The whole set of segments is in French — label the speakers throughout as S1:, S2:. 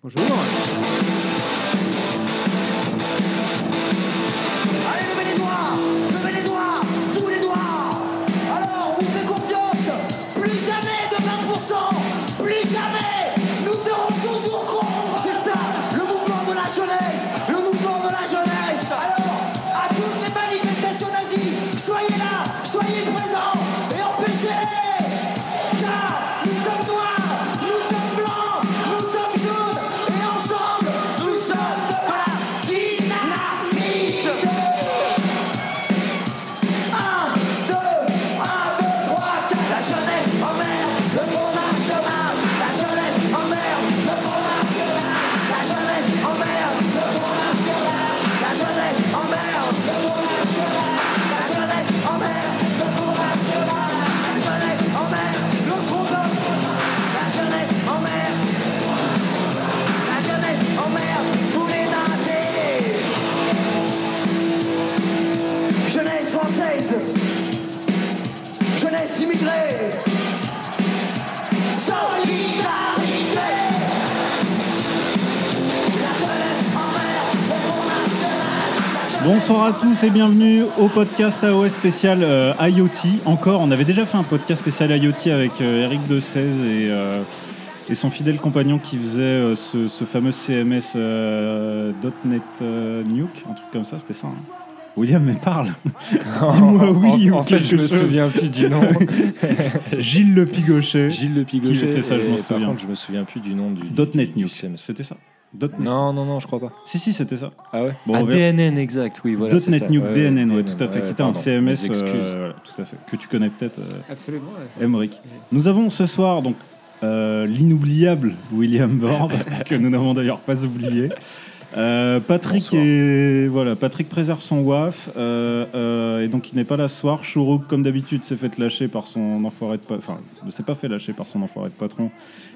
S1: Bonjour.
S2: Allez, levez les doigts Levez les doigts Tous les doigts Alors, on vous fait confiance Plus jamais de 20% Plus jamais Nous serons toujours contre C'est ça, le mouvement de la jeunesse Le mouvement de la jeunesse Alors, à toutes les manifestations nazies, soyez là Soyez présents Et empêchez-les Car nous sommes noirs Nous sommes blancs Nous sommes jaunes Et ensemble, nous sommes de la dynamite 1, 2, 1, 2, 3, 4, la jeunesse en mer, le Front National, la jeunesse en mer, le Front National, la jeunesse en mer, le Front National, la jeunesse en mer, le Front National, la jeunesse en mer, le Front National, la jeunesse en mer, le Front National, la jeunesse en mer, la jeunesse en mer, tous les nagés. Jeunesse française, jeunesse immigrée, solidarité. La jeunesse en mer, le Front National, la jeunesse
S1: Bonsoir à tous et bienvenue au podcast AOS spécial euh, IoT. Encore, on avait déjà fait un podcast spécial IoT avec euh, Eric De 16 et, euh, et son fidèle compagnon qui faisait euh, ce, ce fameux CMS euh, .NET euh, Nuke, un truc comme ça, c'était ça. hein. William, mais parle Dis-moi oui
S3: En-
S1: ou
S3: en fait,
S1: quelque
S3: je me
S1: chose.
S3: souviens plus du nom.
S1: Gilles Le Pigochet.
S3: Gilles Le Pigochet.
S1: c'est ça, je
S3: et
S1: m'en
S3: par
S1: souviens.
S3: contre, je me souviens plus du nom du.
S1: .NET
S3: du
S1: Nuke,
S3: CMS.
S1: c'était ça. .NET.
S3: Non, non, non, je crois pas.
S1: Si, si, c'était ça.
S3: Ah ouais
S1: Bon, on
S3: Ah,
S1: verra.
S3: DNN, exact, oui, voilà. c'est
S1: .NET
S3: ça.
S1: Nuke,
S3: Ouais,
S1: DNN, ouais,
S3: DNN,
S1: tout à fait,
S3: ouais,
S1: qui était un
S3: pardon, mes
S1: CMS, euh,
S3: excuses.
S1: voilà, tout à fait, que tu connais peut-être. euh,
S4: Absolument. ouais.
S1: Emmerich. Nous avons ce soir donc euh, l'inoubliable William Borde, que nous n'avons d'ailleurs pas oublié. Euh, Patrick
S3: Bonsoir.
S1: et voilà Patrick préserve son waf euh, euh, et donc il n'est pas là ce soir. Chourouk comme d'habitude s'est fait lâcher par son enfoiré de pa- enfin ne s'est pas fait lâcher par son enfoiré de patron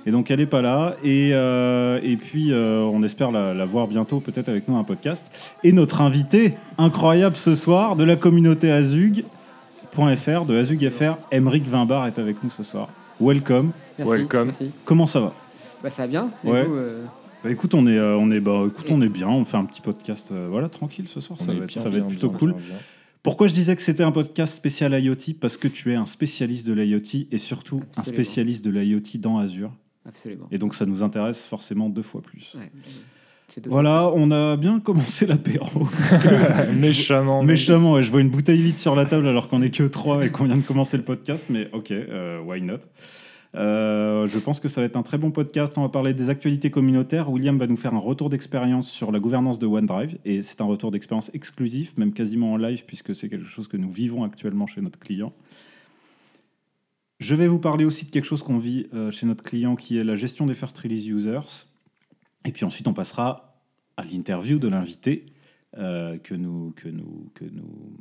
S1: et donc elle est pas là et, euh, et puis euh, on espère la, la voir bientôt peut-être avec nous à un podcast et notre invité incroyable ce soir de la communauté Azug.fr de Azug.fr Emeric Vimbar est avec nous ce soir. Welcome.
S4: Merci,
S3: Welcome.
S4: merci.
S1: Comment ça va
S4: Bah, ça va bien. et
S1: Ouais.
S4: vous, euh,
S1: Bah écoute, on est, euh, on est, bah, écoute, on est bien. On fait un petit podcast, euh, voilà, tranquille ce soir.
S3: Mm. On
S1: Ça
S3: est
S1: va, être,
S3: bien,
S1: ça va
S3: bien,
S1: être plutôt
S3: bien,
S1: cool.
S3: bien, bien.
S1: Pourquoi je disais que c'était un podcast spécial IoT Parce que tu es un spécialiste de l'IoT et surtout un
S4: Absolument.
S1: spécialiste de l'IoT dans Azure.
S4: absolument.
S1: Et donc ça nous intéresse forcément deux fois plus.
S4: Ouais. C'est dommage.
S1: Voilà, on a bien commencé l'apéro.
S3: Méchamment.
S1: Méchamment, ouais, je vois une bouteille vide sur la table alors qu'on est que trois et qu'on vient de commencer le podcast, mais ok, euh, why not Euh, je pense que ça va être un très bon podcast. On va parler des actualités communautaires. William va nous faire un retour d'expérience sur la gouvernance de OneDrive. Et c'est un retour d'expérience exclusif, même quasiment en live, puisque c'est quelque chose que nous vivons actuellement chez notre client. Je vais vous parler aussi de quelque chose qu'on vit euh, chez notre client, qui est la gestion des first release users. Et puis ensuite, on passera à l'interview de l'invité euh, que nous que nous que nous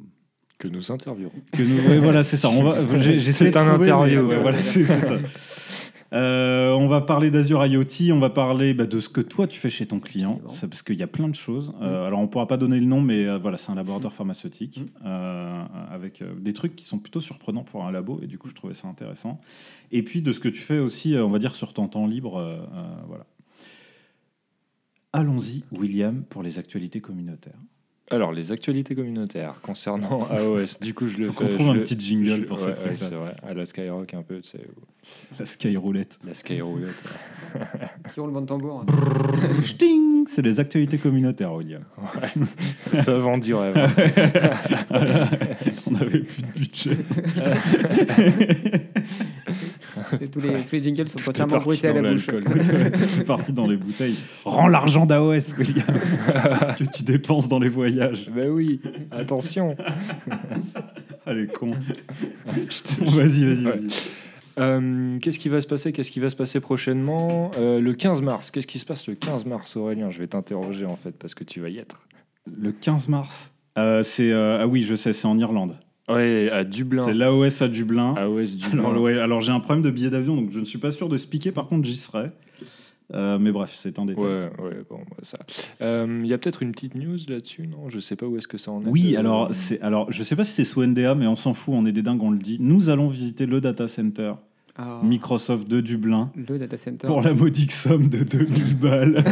S3: Que nous interviewons.
S1: que nous ouais, voilà c'est ça on va j'ai- j'essaie
S3: C'est
S1: de
S3: un
S1: trouver,
S3: interview.
S1: mais ouais, voilà c'est c'est ça Euh, on va parler d'Azure IoT, on va parler bah, de ce que toi tu fais chez ton client,
S4: Absolument.
S1: ça, parce qu'il y a plein de choses. Euh, alors on pourra pas donner le nom, mais euh, voilà, c'est un laboratoire pharmaceutique
S4: Mm.
S1: euh, avec euh, des trucs qui sont plutôt surprenants pour un labo, et du coup je trouvais ça intéressant. Et puis de ce que tu fais aussi, euh, on va dire sur ton temps libre, euh, euh, voilà. Allons-y, William, pour les actualités communautaires.
S3: Alors, les actualités communautaires concernant AOS, du coup, je le
S1: Faut
S3: fais.
S1: qu'on trouve
S3: Euh, je
S1: un
S3: le-
S1: petit jingle
S3: je-
S1: pour
S3: ouais,
S1: ces
S3: ouais,
S1: trucs-là.
S3: C'est vrai, à la Skyrock un peu, tu sais, ou
S1: La skyroulette.
S3: la Skyroulette.
S4: Qui roule le banc de tambour. hein.
S1: Chting C'est les actualités communautaires, William.
S3: Ça vend du rêve. hein.
S1: On n'avait plus de budget.
S4: Et tous, les, tous les jingles sont
S3: Tout est
S4: entièrement
S3: parti
S4: bruités à
S3: dans
S4: la bouche.
S3: l'alcool.
S1: C'est parti dans les bouteilles. Rends l'argent d'AOS, William, que tu dépenses dans les voyages.
S3: Bah oui, attention.
S1: Allez, con. Vas-y, vas-y,
S3: Ouais.
S1: vas-y.
S3: Euh, qu'est-ce qui va se passer Qu'est-ce qui va se passer prochainement Euh, Le 15 mars. Qu'est-ce qui se passe le 15 mars, Aurélien Je vais t'interroger en fait parce que tu vas y être.
S1: Le 15 mars. Euh, c'est euh, ah oui, je sais, c'est en Irlande.
S3: Ouais, à Dublin. Ah
S1: C'est l'AOS à Dublin.
S3: À OS Dublin.
S1: Alors, ouais, alors j'ai un problème de billet d'avion, donc je ne suis pas sûr de se piquer. Par contre, j'y serai. Euh, mais bref, c'est un détail.
S3: Ouais, ouais, bon, bah, ça. Euh, Il y a peut-être une petite news là-dessus, non Je sais pas où est-ce que ça en est.
S1: Oui,
S3: Euh,
S1: alors, c'est, alors je sais pas si c'est sous NDA, mais on s'en fout, on est des dingues, on le dit. Nous allons visiter le data center
S4: Ah,
S1: Microsoft de Dublin
S4: Le data center.
S1: pour la modique somme de 2000 balles.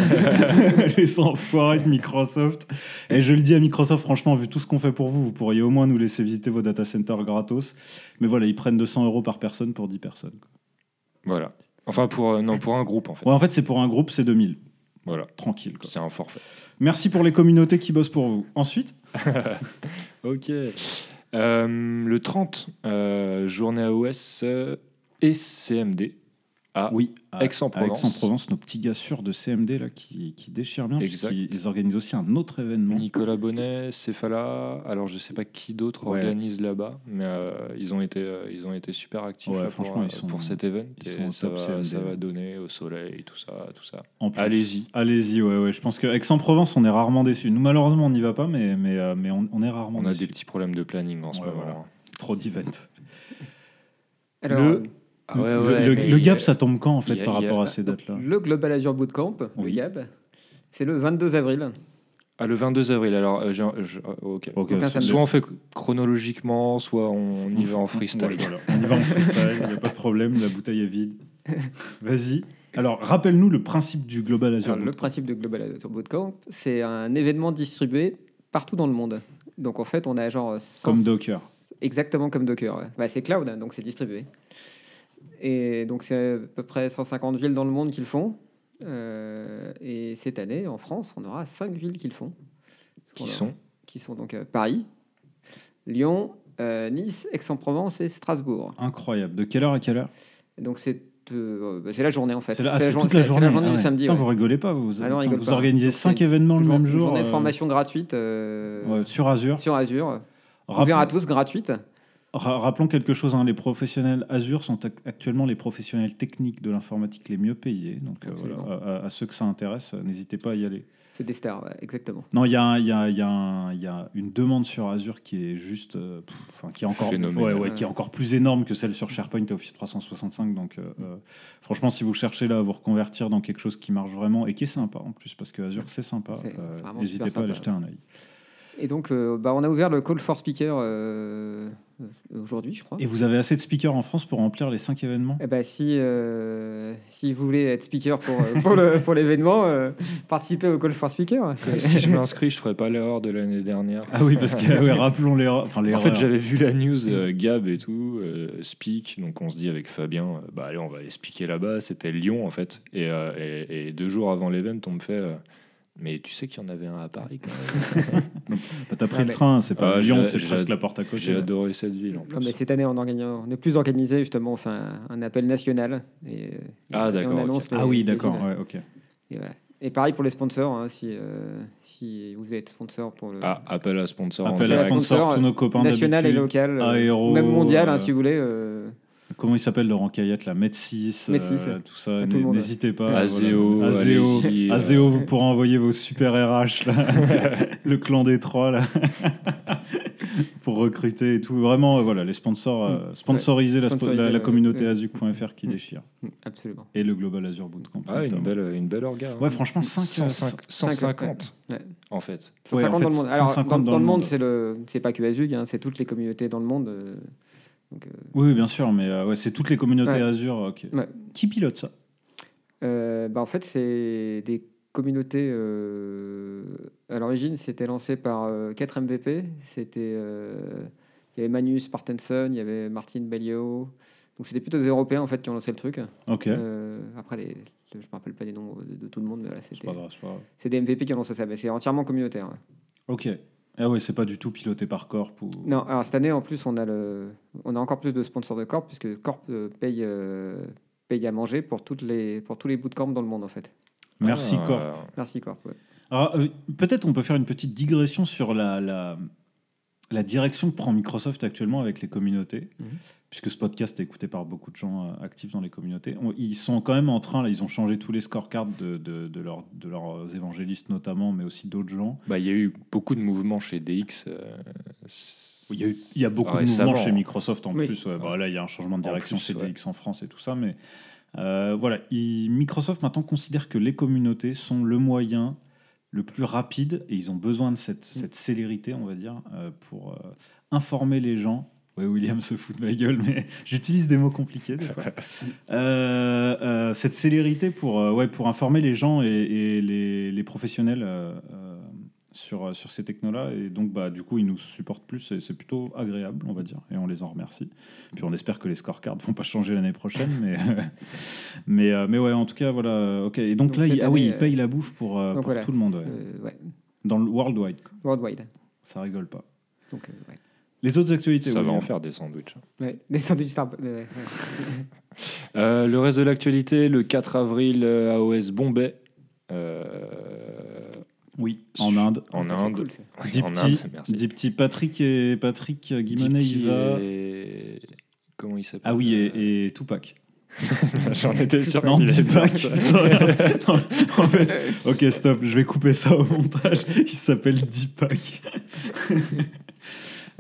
S1: les enfoirés de Microsoft. Et je le dis à Microsoft, franchement, vu tout ce qu'on fait pour vous, vous pourriez au moins nous laisser visiter vos data centers gratos. Mais voilà, ils prennent 200 euros par personne pour 10 personnes.
S3: Voilà. Enfin, pour, euh, non, pour un groupe, en fait.
S1: Ouais, en fait, c'est pour un groupe, c'est 2000.
S3: Voilà.
S1: Tranquille. Quoi.
S3: C'est un forfait.
S1: Merci pour les communautés qui bossent pour vous. Ensuite,
S3: Ok. Euh, le 30, euh, journée AOS euh, et CMD. Ah,
S1: oui, à
S3: Aix-en-Provence.
S1: Aix-en-Provence, nos petits gars sûrs de CMD là, qui, qui déchirent bien. parce
S3: Exact.
S1: qu'ils- Ils organisent aussi un autre événement.
S3: Nicolas Bonnet, Céfala, alors je sais pas qui d'autre
S1: Ouais.
S3: organise là-bas, mais euh, ils, ont été, euh, ils ont été super actifs
S1: Ouais,
S3: là, pour,
S1: franchement,
S3: euh,
S1: ils sont-
S3: pour cet event.
S1: ils
S3: et
S1: sont au
S3: ça,
S1: top
S3: va,
S1: CMD.
S3: ça va donner au soleil, tout ça, tout ça.
S1: En plus.
S3: Allez-y.
S1: Allez-y, ouais, ouais. Je pense que Aix-en-Provence, on est rarement déçus. Nous, malheureusement, on n'y va pas, mais, mais, euh, mais on, on est rarement
S3: On a
S1: déçus.
S3: des petits problèmes de planning en ce
S1: Ouais,
S3: moment. hein.
S1: voilà. Trop d'events.
S4: Alors,
S3: le-
S4: euh,
S3: Ah ouais,
S1: Le-
S3: ouais,
S1: le, le
S3: mais il y a-
S1: gap, ça tombe quand, en fait,
S3: il y a-
S1: par
S3: il y a-
S1: rapport à ces dates-là
S4: le Global Azure Bootcamp,
S1: Oui.
S4: le GAB, c'est le 22 avril.
S3: Ah, le 22 avril, alors. euh, j'ai un- je- euh, ok.
S1: Ok,
S4: Aucun
S1: ça-
S4: samedi.
S3: Soit on fait chronologiquement, soit on y va en freestyle.
S1: Ouais, voilà. On y va en freestyle, il n'y a pas de problème, la bouteille est vide. Vas-y. Alors, rappelle-nous le principe du Global Azure.
S3: Ah,
S4: Alors, le principe de Global Azure Bootcamp, c'est un événement distribué partout dans le monde. Donc en fait, on a genre. 100
S1: Comme Docker.
S4: Exactement comme Docker. ouais. Bah, c'est cloud, hein, donc c'est distribué. Et donc c'est à peu près 150 villes dans le monde qui le font. Euh, et cette année, en France, on aura 5 villes qui le font.
S3: Qui
S4: Voilà.
S3: sont
S4: Qui sont donc euh, Paris, Lyon, euh, Nice, Aix-en-Provence et Strasbourg.
S1: Incroyable. De quelle heure à quelle heure
S4: Et donc c'est euh, bah, c'est la journée en fait.
S1: C'est la- ah, c'est
S4: jour-
S1: toute la
S4: c'est- c'est
S1: journée. Ah
S4: du
S1: ouais.
S4: samedi.
S1: Putain,
S4: ouais.
S1: Vous rigolez pas, vous,
S4: Ah non,
S1: putain,
S4: on rigole
S1: vous
S4: pas.
S1: organisez
S4: Donc, c'est
S1: 5
S4: une-
S1: événements le
S4: Jour-
S1: même jour.
S4: Journée de
S1: euh,
S4: formation gratuite euh,
S1: ouais, sur Azure.
S4: sur Azure.
S1: Rappel-
S4: Ouvert à tous, gratuite.
S1: Ra- Rappelons quelque chose, hein, les professionnels Azure sont ac- actuellement les professionnels techniques de l'informatique les mieux payés. Donc euh,
S4: Absolument.
S1: voilà, à, à- à ceux que ça intéresse, euh, n'hésitez pas à y aller.
S4: C'est des stars, ouais, exactement.
S1: Non, il y, a un- il y a- il y a un- il y a une demande sur Azure qui est juste, euh, pff, enfin, qui est encore,
S3: Phénoménale.
S1: ouais, ouais, qui est encore plus énorme que celle sur SharePoint et Office 365. Donc euh, euh, franchement, si vous cherchez là à vous reconvertir dans quelque chose qui marche vraiment et qui est sympa en plus, parce que Azure c'est sympa,
S4: C'est- c'est
S1: euh,
S4: vraiment
S1: n'hésitez pas
S4: super
S1: à aller
S4: sympa.
S1: jeter un œil.
S4: Et donc, euh, bah, on a ouvert le call for speaker euh, aujourd'hui, je crois.
S1: Et vous avez assez de speakers en France pour remplir les cinq événements
S4: Eh ben, si, euh, si vous voulez être speaker pour, euh, pour, le- pour l'événement, euh, participez au call for speaker.
S3: Euh, si je m'inscris, je ferai pas l'erreur de l'année dernière.
S1: Ah oui, parce que ah ouais, rappelons l'erreur. Enfin,
S3: En
S1: l'erreur.
S3: fait, j'avais vu la news
S1: Mm.
S3: euh, Gab et tout, euh, Speak, donc on se dit avec Fabien, euh, bah allez, on va aller speaker là-bas. C'était Lyon en fait. Et, euh, et- et deux jours avant l'event, on me fait. euh, mais tu sais qu'il y en avait un à Paris quand même.
S1: Bah, T'as pris
S4: Ah,
S1: le
S4: mais-
S1: train, c'est pas
S3: Ah,
S1: Lyon,
S3: j'ai-
S1: c'est
S3: j'ai-
S1: presque la porte à côté.
S3: J'ai adoré cette ville en
S4: Non, mais
S3: plus.
S4: cette année, on, organise- on est plus organisé, justement, on fait un, un appel national. Et, euh,
S3: Ah,
S4: et
S3: d'accord,
S4: on annonce les-
S1: Ah oui,
S4: les
S1: d'accord,
S4: villes.
S1: ouais, ok.
S4: Et, voilà. Et pareil pour les sponsors, hein, si, euh, si vous êtes sponsor pour le
S3: Ah, appel à sponsor. en
S1: Appel à
S3: direct.
S1: sponsor,
S4: sponsor,
S1: tous nos copains
S4: national et
S1: d'habitude.
S4: local, euh,
S1: Aéro,
S4: même mondial, hein,
S1: euh,
S4: si vous voulez. euh,
S1: Comment il s'appelle Laurent Caillette, la Med6,
S4: Med6,
S1: euh, tout ça,
S4: à tout le
S1: n-
S4: monde.
S1: n'hésitez pas.
S3: Azéo,
S1: voilà. Azéo,
S3: allez-y, euh.
S1: Azéo, vous pourrez envoyer vos super RH, là, le clan des trois, là, pour recruter et tout. Vraiment, euh, voilà, les sponsors, euh, sponsoriser, la, spo-
S4: Mm. Sponsoriser
S1: la- la
S4: le-
S1: communauté
S4: ouais.
S1: azuc.fr qui
S4: Mm.
S1: déchire.
S4: Absolument.
S1: Et le Global Azure Bootcamp.
S3: Ah, une
S1: notamment.
S3: belle, une belle orga. hein.
S1: Ouais, franchement, 5,
S3: 105 150
S4: Ouais.
S3: en fait.
S4: 150
S1: en fait,
S4: dans le monde. Alors,
S1: 150 dans
S4: dans, dans
S1: le
S4: le
S1: monde.
S4: monde, c'est le, c'est pas que Azug, hein, c'est toutes les communautés dans le monde. euh, donc, euh,
S1: Oui, oui, bien sûr, mais euh, ouais, c'est toutes les communautés
S4: Ouais.
S1: Azure. ok.
S4: Ouais.
S1: Qui pilote ça
S4: euh, bah, en fait, c'est des communautés. euh, à l'origine, c'était lancé par euh, 4 MVP. C'était, euh, il y avait Manus Partenson, il y avait Martin Bellio. Donc, c'était plutôt des Européens en fait qui ont lancé le truc.
S1: Ok.
S4: Euh, après, les, je me rappelle pas les noms de, de tout le monde, mais voilà,
S1: C'est
S4: c'était,
S1: pas grave, c'est pas grave.
S4: c'est des MVP qui ont lancé ça, mais c'est entièrement communautaire. ouais.
S1: Ok. Ah ouais, c'est pas du tout piloté par Corp ou.
S4: Non, alors cette année, en plus, on a, le... on a encore plus de sponsors de Corp, puisque Corp euh, paye, euh, paye à manger pour, toutes les... pour tous les bootcamps dans le monde, en fait.
S1: Merci
S3: Ah,
S1: Corp.
S4: Merci Corp. ouais.
S1: Alors, euh, peut-être on peut faire une petite digression sur la, la, la direction que prend Microsoft actuellement avec les communautés,
S4: Mhm.
S1: puisque ce podcast est écouté par beaucoup de gens euh, actifs dans les communautés. On- ils sont quand même en train, là, ils ont changé tous les scorecards de, de, de leurs- de leurs évangélistes notamment, mais aussi d'autres gens.
S3: Bah, il y a eu beaucoup de mouvements chez DX. euh,
S1: Il y a, eu- il y a beaucoup de
S3: Récemment. hein.
S1: mouvements chez Microsoft en
S4: Oui.
S1: plus. ouais. Bah, là, il y a un changement de
S3: En
S1: direction
S3: plus,
S1: chez
S3: ouais.
S1: DX en France et tout ça, mais euh, voilà. Il- Microsoft maintenant considère que les communautés sont le moyen le plus rapide et ils ont besoin de cette, cette célérité, on va dire, euh, pour euh, informer les gens Ouais, William se fout de ma gueule, mais j'utilise des mots compliqués. des fois. Euh, euh, cette célérité pour, euh, ouais, pour informer les gens et, et les, les professionnels euh, euh, sur, sur ces technos-là. Et donc, bah, du coup, ils nous supportent plus et c'est plutôt agréable, on va dire. Et on les en remercie. Puis on espère que les scorecards ne vont pas changer l'année prochaine. Mais, mais, euh, mais ouais, en tout cas, voilà. ok Et donc,
S4: Donc,
S1: là,
S4: cette
S1: il, ah oui,
S4: année,
S1: ils payent la bouffe pour, euh,
S4: Donc
S1: pour
S4: voilà,
S1: tout le monde. ouais.
S4: c'est- ouais,
S1: Dans le worldwide, quoi.
S4: Worldwide.
S1: ça rigole pas.
S4: Donc, euh, ouais.
S1: Les autres actualités.
S3: Ça va
S1: William.
S3: en faire des sandwichs.
S4: Ouais, les sandwichs Starbucks, euh, ouais.
S3: Euh, le reste de l'actualité, le 4 avril euh, AOS Bombay. euh,
S1: Oui, en Inde.
S3: En
S4: Ça, c'est
S3: Inde.
S4: cool, ça.
S3: Ouais,
S1: Dix
S3: en
S1: petits,
S3: Inde, merci.
S1: dix petits Patrick et Patrick Guimonet,
S3: Dipti
S1: il va.
S3: et- Comment il s'appelle
S1: Ah oui, et, et Tupac.
S3: J'en étais sûr.
S1: Non,
S3: qu'il allait dire
S1: Tupac.
S3: ça.
S1: Non, en fait, ok, stop, je vais couper ça au montage. Il s'appelle Dipak.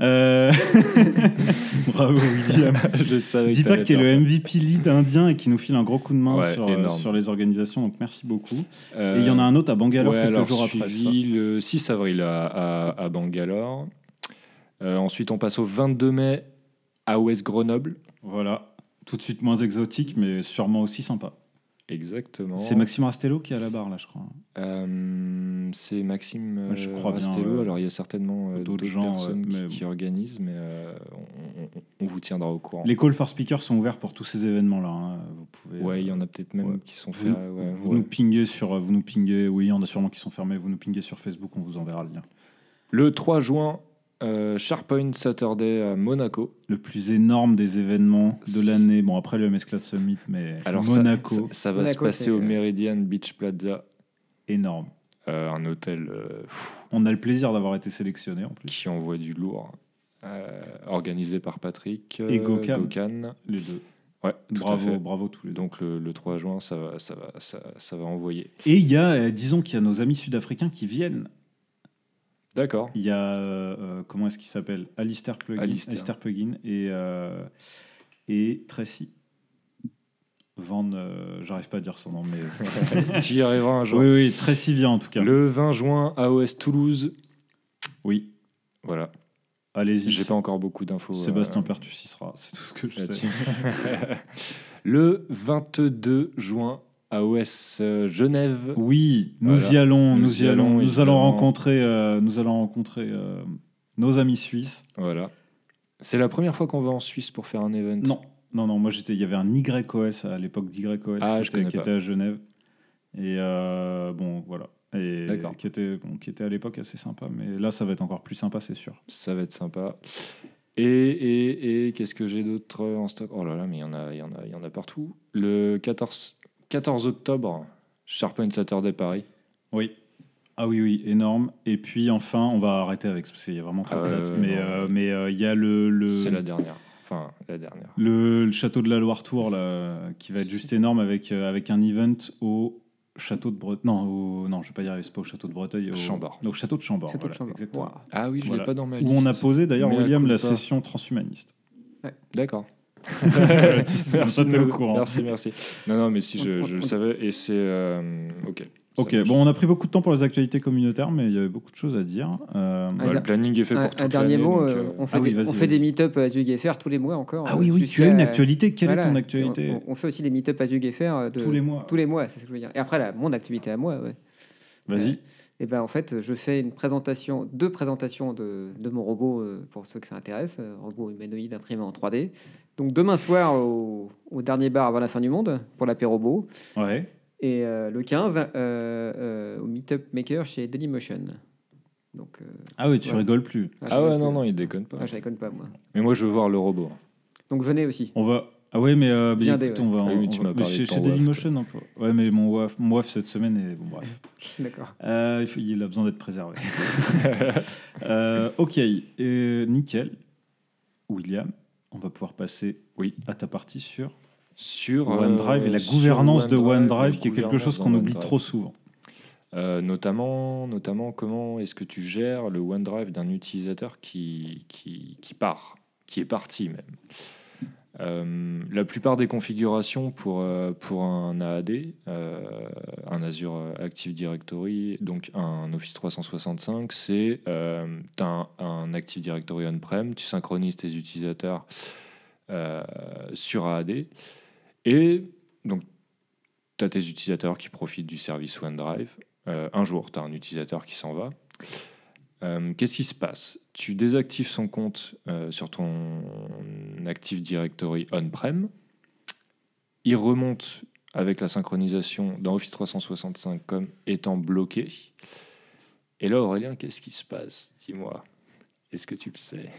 S1: Euh, Bravo, William.
S3: Je savais que
S1: Dipak
S3: t'allais
S1: qui est
S3: faire
S1: le MVP lead indien et qui nous file un gros coup de main
S3: Ouais,
S1: sur, euh,
S3: énorme.
S1: sur les organisations, donc merci beaucoup.
S3: ça. Euh,
S1: et il y en a un autre à Bangalore
S3: ouais,
S1: quelques
S3: alors,
S1: jours après. ça.
S3: suivi le 6 avril à, à, à Bangalore. Euh, ensuite, on passe au 22 mai à Ouest Grenoble.
S1: Voilà, tout de suite moins exotique, mais sûrement aussi sympa.
S3: Exactement.
S1: C'est Maxime Rastello qui est à la barre, là, je crois.
S3: Euh, c'est Maxime euh,
S1: Je crois bien,
S3: Rastello.
S1: ouais.
S3: Alors, il y a certainement euh,
S1: D'autres
S3: d'autres
S1: gens,
S3: personnes
S1: ouais,
S3: qui-
S1: mais-
S3: qui, organisent, mais euh, on, on- on vous tiendra au courant.
S1: Les call for speakers sont ouverts pour tous ces événements-là. hein. Vous pouvez.
S3: Ouais, il y en a peut-être même
S1: ouais.
S3: qui sont faits.
S1: Vous,
S3: ouais,
S1: vous
S3: ouais.
S1: nous pinguez sur, vous nous pinguez, oui, il y en a sûrement qui sont fermés. Vous nous pinguez sur Facebook, on vous enverra le lien.
S3: Le 3 juin, euh, Sharpoint Saturday à Monaco.
S1: Le plus énorme des événements de l'année. Bon, après le MS Cloud Summit, mais
S3: Alors ça-
S1: Monaco,
S3: Ça, ça va
S4: Monaco,
S3: se passer
S4: c'est-
S3: au Meridian Beach Plaza,
S1: énorme.
S3: euh, un hôtel euh, pff,
S1: On a le plaisir d'avoir été sélectionné en plus.
S3: qui envoie du lourd, euh, organisé par Patrick euh,
S1: Et Gokhan. Les deux.
S3: Ouais, tout à
S1: Bravo,
S3: fait.
S1: bravo tous les deux.
S3: Donc le, le 3 juin, ça va, ça va, ça, ça va envoyer.
S1: Et il y a, euh, disons qu'il y a nos amis sud-africains qui viennent.
S3: D'accord.
S1: Il y a, euh, euh, comment est-ce qu'il s'appelle Alistair Plugin,
S3: Alistair.
S1: Alistair Plugin et, euh, et Tracy. Van, euh, j'arrive pas à dire son nom, mais.
S3: tu y arriveras un jour.
S1: oui, oui, Tracy vient en tout cas.
S3: Le 20 juin, AOS Toulouse.
S1: Oui,
S3: Voilà.
S1: allez-y.
S3: J'ai pas encore beaucoup d'infos.
S1: Sébastien
S3: euh,
S1: Pertus y sera, c'est tout ce que je sais.
S3: là-dessus. le 22 juin, AOS euh, Genève.
S1: Oui, nous
S3: Voilà.
S1: y allons, nous, y allons, nous allons
S3: évidemment.
S1: rencontrer, euh, nous allons rencontrer euh, nos amis suisses.
S3: Voilà. C'est la première fois qu'on va en Suisse pour faire un event.
S1: Non, non, non. Moi, j'étais. Il y avait un YOS à l'époque d'YOS
S3: Ah,
S1: qui,
S3: je
S1: était,
S3: connais
S1: qui
S3: pas.
S1: était à Genève. Et euh, bon, voilà. Et
S3: D'accord.
S1: qui était, bon, qui était à l'époque assez sympa. Mais là, ça va être encore plus sympa, c'est sûr.
S3: Ça va être sympa. Et, et, et qu'est-ce que j'ai d'autre en stock Oh là là, mais il y, en a- il y, en a- il y en a partout. Le 14, 14 octobre, Sharpen Saturday Paris.
S1: Oui. Ah oui, oui, énorme. Et puis enfin, on va arrêter avec parce qu'il y a vraiment trop
S3: Ah
S1: de
S3: ouais,
S1: dates.
S3: ouais,
S1: mais
S3: non.
S1: euh, mais euh, il y a le le,
S3: C'est la dernière. Enfin, la dernière.
S1: le le château de la Loire Tour là, qui va être juste énorme avec euh, avec un event au château de Bretagne. Non, au- non, je vais pas y arriver. C'est pas au château de Breteuil. Au
S3: Chambord.
S1: Au château de Chambord.
S4: Château de
S1: voilà,
S4: Chambord.
S1: exactement.
S4: Waouh.
S3: Ah oui, je
S1: Voilà.
S3: l'ai pas dans ma
S1: Où
S3: liste.
S1: on a posé d'ailleurs,
S3: Mea
S1: William, la
S3: culpa.
S1: session transhumaniste.
S3: D'accord.
S1: Comme ça, t'es au
S3: de-
S1: courant.
S3: Merci, merci. Non, non, mais si, je, je le savais. Et c'est. euh, ok. Ça
S1: Ok,
S3: marche.
S1: bon, on a pris beaucoup de temps pour les actualités communautaires, mais il y avait beaucoup de choses à dire. Euh,
S3: Bah, le planning est fait
S4: Un,
S3: pour
S4: un
S3: toute
S4: dernier
S3: l'année,
S4: mot,
S3: donc,
S4: euh,
S3: euh,
S4: on fait
S1: Ah oui,
S4: des,
S1: vas-y,
S4: on fait
S1: vas-y.
S4: des meet-up à Zugayfair tous les mois encore.
S1: ah
S4: euh,
S1: oui, oui, tu as
S4: jusqu'à-
S1: une actualité. Quelle
S4: voilà.
S1: est ton actualité
S4: on, on fait aussi des meet-up à Zugayfair euh, de-
S1: Tous les mois.
S4: tous les mois, c'est ce que je veux dire. Et après, là, mon activité à moi, ouais.
S1: Vas-y.
S4: Et ben en fait, je fais une présentation, deux présentations de, de mon robot euh, pour ceux que ça intéresse, euh, robot humanoïde imprimé en 3D. Donc demain soir au, au dernier bar avant la fin du monde pour l'apé robot
S1: Ouais.
S4: et euh, le 15 euh, euh, au Meetup Maker chez Dailymotion. Donc euh,
S1: Ah oui, tu
S4: Ouais.
S1: rigoles plus.
S4: ah, je
S3: Ah ouais,
S4: rigole
S3: non,
S4: pas.
S3: non, il déconne pas.
S4: Ah, je déconne pas moi.
S3: Mais moi, je veux voir le robot.
S4: Donc venez aussi.
S1: On va. Ah ouais, mais euh, mais
S4: Bien des,
S1: écoute,
S4: ouais.
S1: on va.
S3: Ah
S1: on-
S3: oui, tu
S1: on va-
S3: m'as
S1: mais
S3: parlé
S1: chez,
S3: de ton
S1: chez
S3: WAF,
S1: Dailymotion, un peu. Ouais, mais mon WAF, mon WAF cette semaine est. Bon, bref.
S4: D'accord.
S1: Euh, il, faut- il a besoin d'être préservé. Euh, ok, euh, nickel. William, on va pouvoir passer
S3: Oui.
S1: à ta partie sur
S3: Sur euh,
S1: OneDrive et la
S3: sur
S1: gouvernance de
S3: OneDrive,
S1: OneDrive,
S3: la
S1: qui est quelque
S3: gouvernance
S1: chose
S3: dans
S1: qu'on oublie
S3: OneDrive.
S1: trop souvent.
S3: Euh, notamment, notamment, comment est-ce que tu gères le OneDrive d'un utilisateur qui, qui, qui part, qui est parti même Euh, la plupart des configurations pour, euh, pour un AAD, euh, un Azure Active Directory, donc un Office 365, c'est euh, t'as un, un Active Directory on-prem, tu synchronises tes utilisateurs euh, sur AAD, et donc tu as tes utilisateurs qui profitent du service OneDrive. Euh, un jour, tu as un utilisateur qui s'en va. Euh, Qu'est-ce qui se passe Tu désactives son compte euh, sur ton Active Directory on-prem. Il remonte avec la synchronisation dans Office 365 comme étant bloqué. Et là, Aurélien, qu'est-ce qui se passe Dis-moi. Est-ce que tu le sais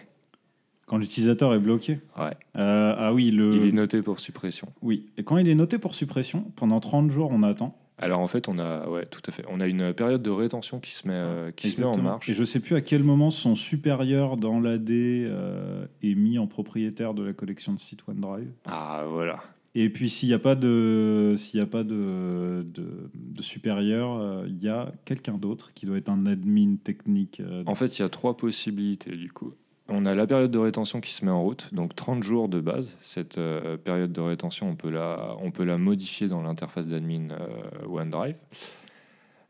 S1: Quand l'utilisateur est bloqué
S3: Ouais.
S1: Euh, Ah oui, le...
S3: Il est noté pour suppression.
S1: oui. Et quand il est noté pour suppression, pendant 30 jours, on attend.
S3: Alors en fait, on a, ouais, tout à fait. On a une période de rétention qui se met, euh, qui se met en
S1: Exactement.
S3: marche.
S1: Et je sais plus à quel moment son supérieur dans l'AD est mis en propriétaire de la collection de sites OneDrive.
S3: Ah voilà.
S1: Et puis s'il n'y a pas de, s'il y a pas de, de, de supérieur, euh, il y a quelqu'un d'autre qui doit être un admin technique. euh,
S3: En fait, il y a trois possibilités du coup. On a la période de rétention qui se met en route, donc 30 jours de base. Cette euh, période de rétention, on peut la, on peut la modifier dans l'interface d'admin euh, OneDrive.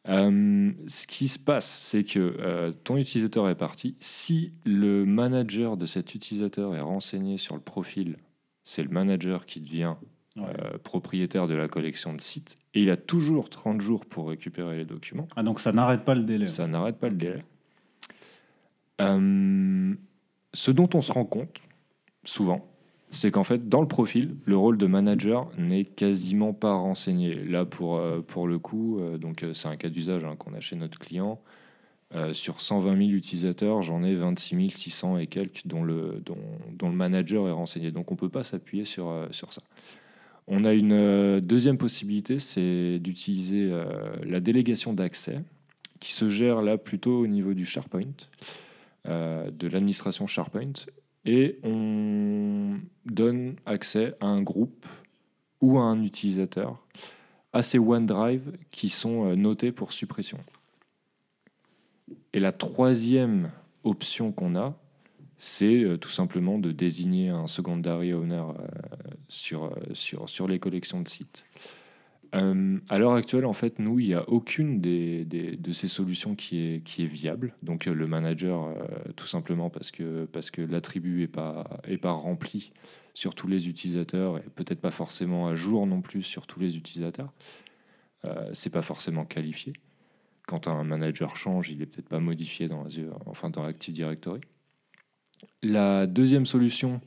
S3: Euh, ce qui se passe, c'est que euh, ton utilisateur est parti. Si le manager de cet utilisateur est renseigné sur le profil, c'est le manager qui devient
S1: Ouais.
S3: euh, propriétaire de la collection de sites et il a toujours 30 jours pour récupérer les documents.
S1: Ah donc ça n'arrête pas le délai.
S3: Ça n'arrête pas le délai. Euh, ce dont on se rend compte, souvent, c'est qu'en fait, dans le profil, le rôle de manager n'est quasiment pas renseigné. Là, pour, euh, pour le coup, euh, donc euh, c'est un cas d'usage hein, qu'on a chez notre client. Euh, sur 120 000 utilisateurs, j'en ai 26 600 et quelques dont le, dont, dont le manager est renseigné. Donc on ne peut pas s'appuyer sur, euh, sur ça. On a une euh, deuxième possibilité, c'est d'utiliser euh, la délégation d'accès qui se gère là plutôt au niveau du SharePoint, euh, de l'administration SharePoint, et on donne accès à un groupe ou à un utilisateur à ces OneDrive qui sont euh, notés pour suppression. Et la troisième option qu'on a, c'est euh, tout simplement de désigner un secondary owner euh, sur, euh, sur, sur les collections de sites. Euh, à l'heure actuelle, en fait, nous, il n'y a aucune des, des- de ces solutions qui est, qui est viable. Donc, euh, le manager, euh, tout simplement parce que, parce que l'attribut n'est pas, est pas rempli sur tous les utilisateurs et peut-être pas forcément à jour non plus sur tous les utilisateurs. Euh, c'est pas forcément qualifié. Quand un manager change, il n'est peut-être pas modifié dans, Azure- enfin, dans Active Directory. La deuxième solution,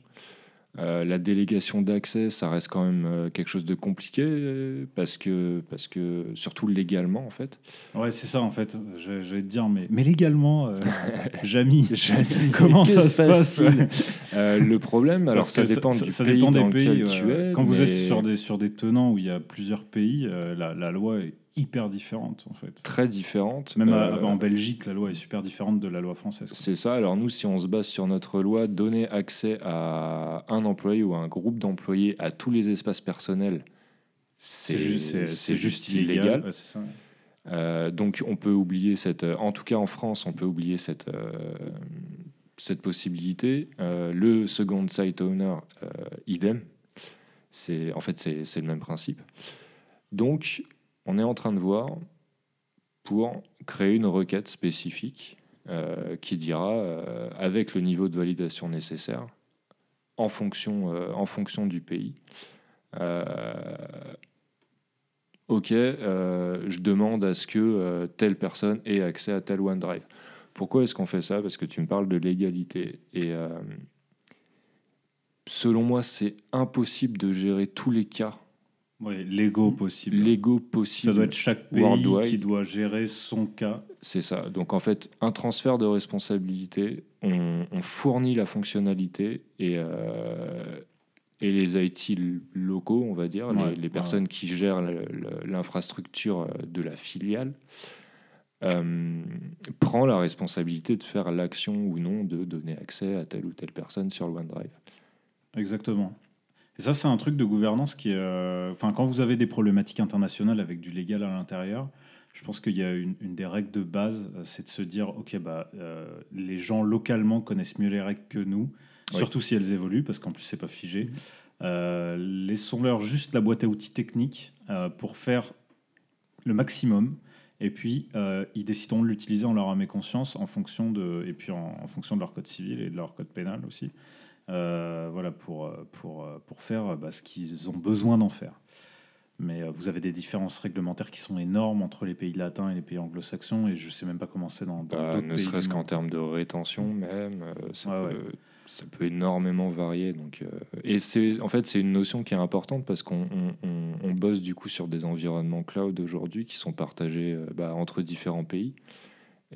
S3: euh, la délégation d'accès, ça reste quand même euh, quelque chose de compliqué euh, parce que, parce que surtout légalement en fait.
S1: Ouais, c'est ça en fait. Je, je vais te dire, mais, mais légalement, euh, Jamy,
S3: Jamy,
S1: comment
S3: que
S1: ça
S3: se
S1: se passe
S3: passe-t-il
S1: ouais
S3: Euh, le problème, alors
S1: Parce
S3: ça
S1: que
S3: dépend du
S1: ça
S3: pays
S1: dépend
S3: dans lequel
S1: ouais.
S3: tu es.
S1: Quand vous
S3: mais
S1: êtes sur des, sur des tenants où il y a plusieurs pays, euh, la, la loi est hyper différente en fait.
S3: très différente.
S1: Même
S3: euh,
S1: à- en Belgique, la loi est super différente de la loi française. quoi.
S3: C'est ça. Alors nous, si on se base sur notre loi, donner accès à un employé ou à un groupe d'employés à tous les espaces personnels, c'est
S1: C'est ju- c'est- c'est juste illégal. Ouais, c'est ça.
S3: Euh, donc on peut oublier cette, euh, en tout cas en France, on peut oublier cette, euh, cette possibilité. Euh, le second site owner, euh, idem. C'est, en fait, c'est c'est le même principe. Donc on est en train de voir pour créer une requête spécifique euh, qui dira, euh, avec le niveau de validation nécessaire, en fonction, euh, en fonction du pays, euh, OK, euh, je demande à ce que euh, telle personne ait accès à tel OneDrive. Pourquoi est-ce qu'on fait ça Parce que tu me parles de légalité. Et euh, selon moi, c'est impossible de gérer tous les cas
S1: Ouais, légaux possible.
S3: légaux
S1: Ça
S3: possibles.
S1: doit être chaque pays
S3: Worldwide.
S1: qui doit gérer son cas.
S3: C'est ça. Donc en fait, un transfert de responsabilité, on, on fournit la fonctionnalité et, euh, et les IT l- locaux, on va dire, les-
S1: Ouais,
S3: les,
S1: ouais.
S3: personnes qui gèrent le- le- l'infrastructure euh, de la filiale, euh, prend la responsabilité de faire l'action ou non de donner accès à telle ou telle personne sur le OneDrive.
S1: Exactement. Et ça, c'est un truc de gouvernance qui est. euh, Enfin, quand vous avez des problématiques internationales avec du légal à l'intérieur, je pense qu'il y a une, une des règles de base, euh, c'est de se dire ok, bah, euh, les gens localement connaissent mieux les règles que nous,
S3: Oui. Mm.
S1: surtout si elles évoluent, parce qu'en plus, c'est pas figé. Euh, Laissons-leur juste la boîte à outils technique euh, pour faire le maximum. Et puis, euh, ils décideront de l'utiliser, on leur en met conscience, en fonction de, et puis en, en fonction de leur code civil et de leur code pénal aussi. Euh, voilà, pour, euh, pour, euh, pour faire euh, bah, ce qu'ils ont besoin d'en faire. Mais euh, vous avez des différences réglementaires qui sont énormes entre les pays latins et les pays anglo-saxons, et je sais même pas comment c'est dans, dans
S3: Bah,
S1: d'autres
S3: ne
S1: pays
S3: serait-ce
S1: du
S3: qu'en
S1: monde.
S3: termes de rétention même, euh, ça,
S1: Ouais,
S3: peut, ça peut énormément varier. Donc, euh, et c'est en fait c'est une notion qui est importante parce qu'on on- on- on bosse du coup sur des environnements cloud aujourd'hui qui sont partagés euh, bah, entre différents pays.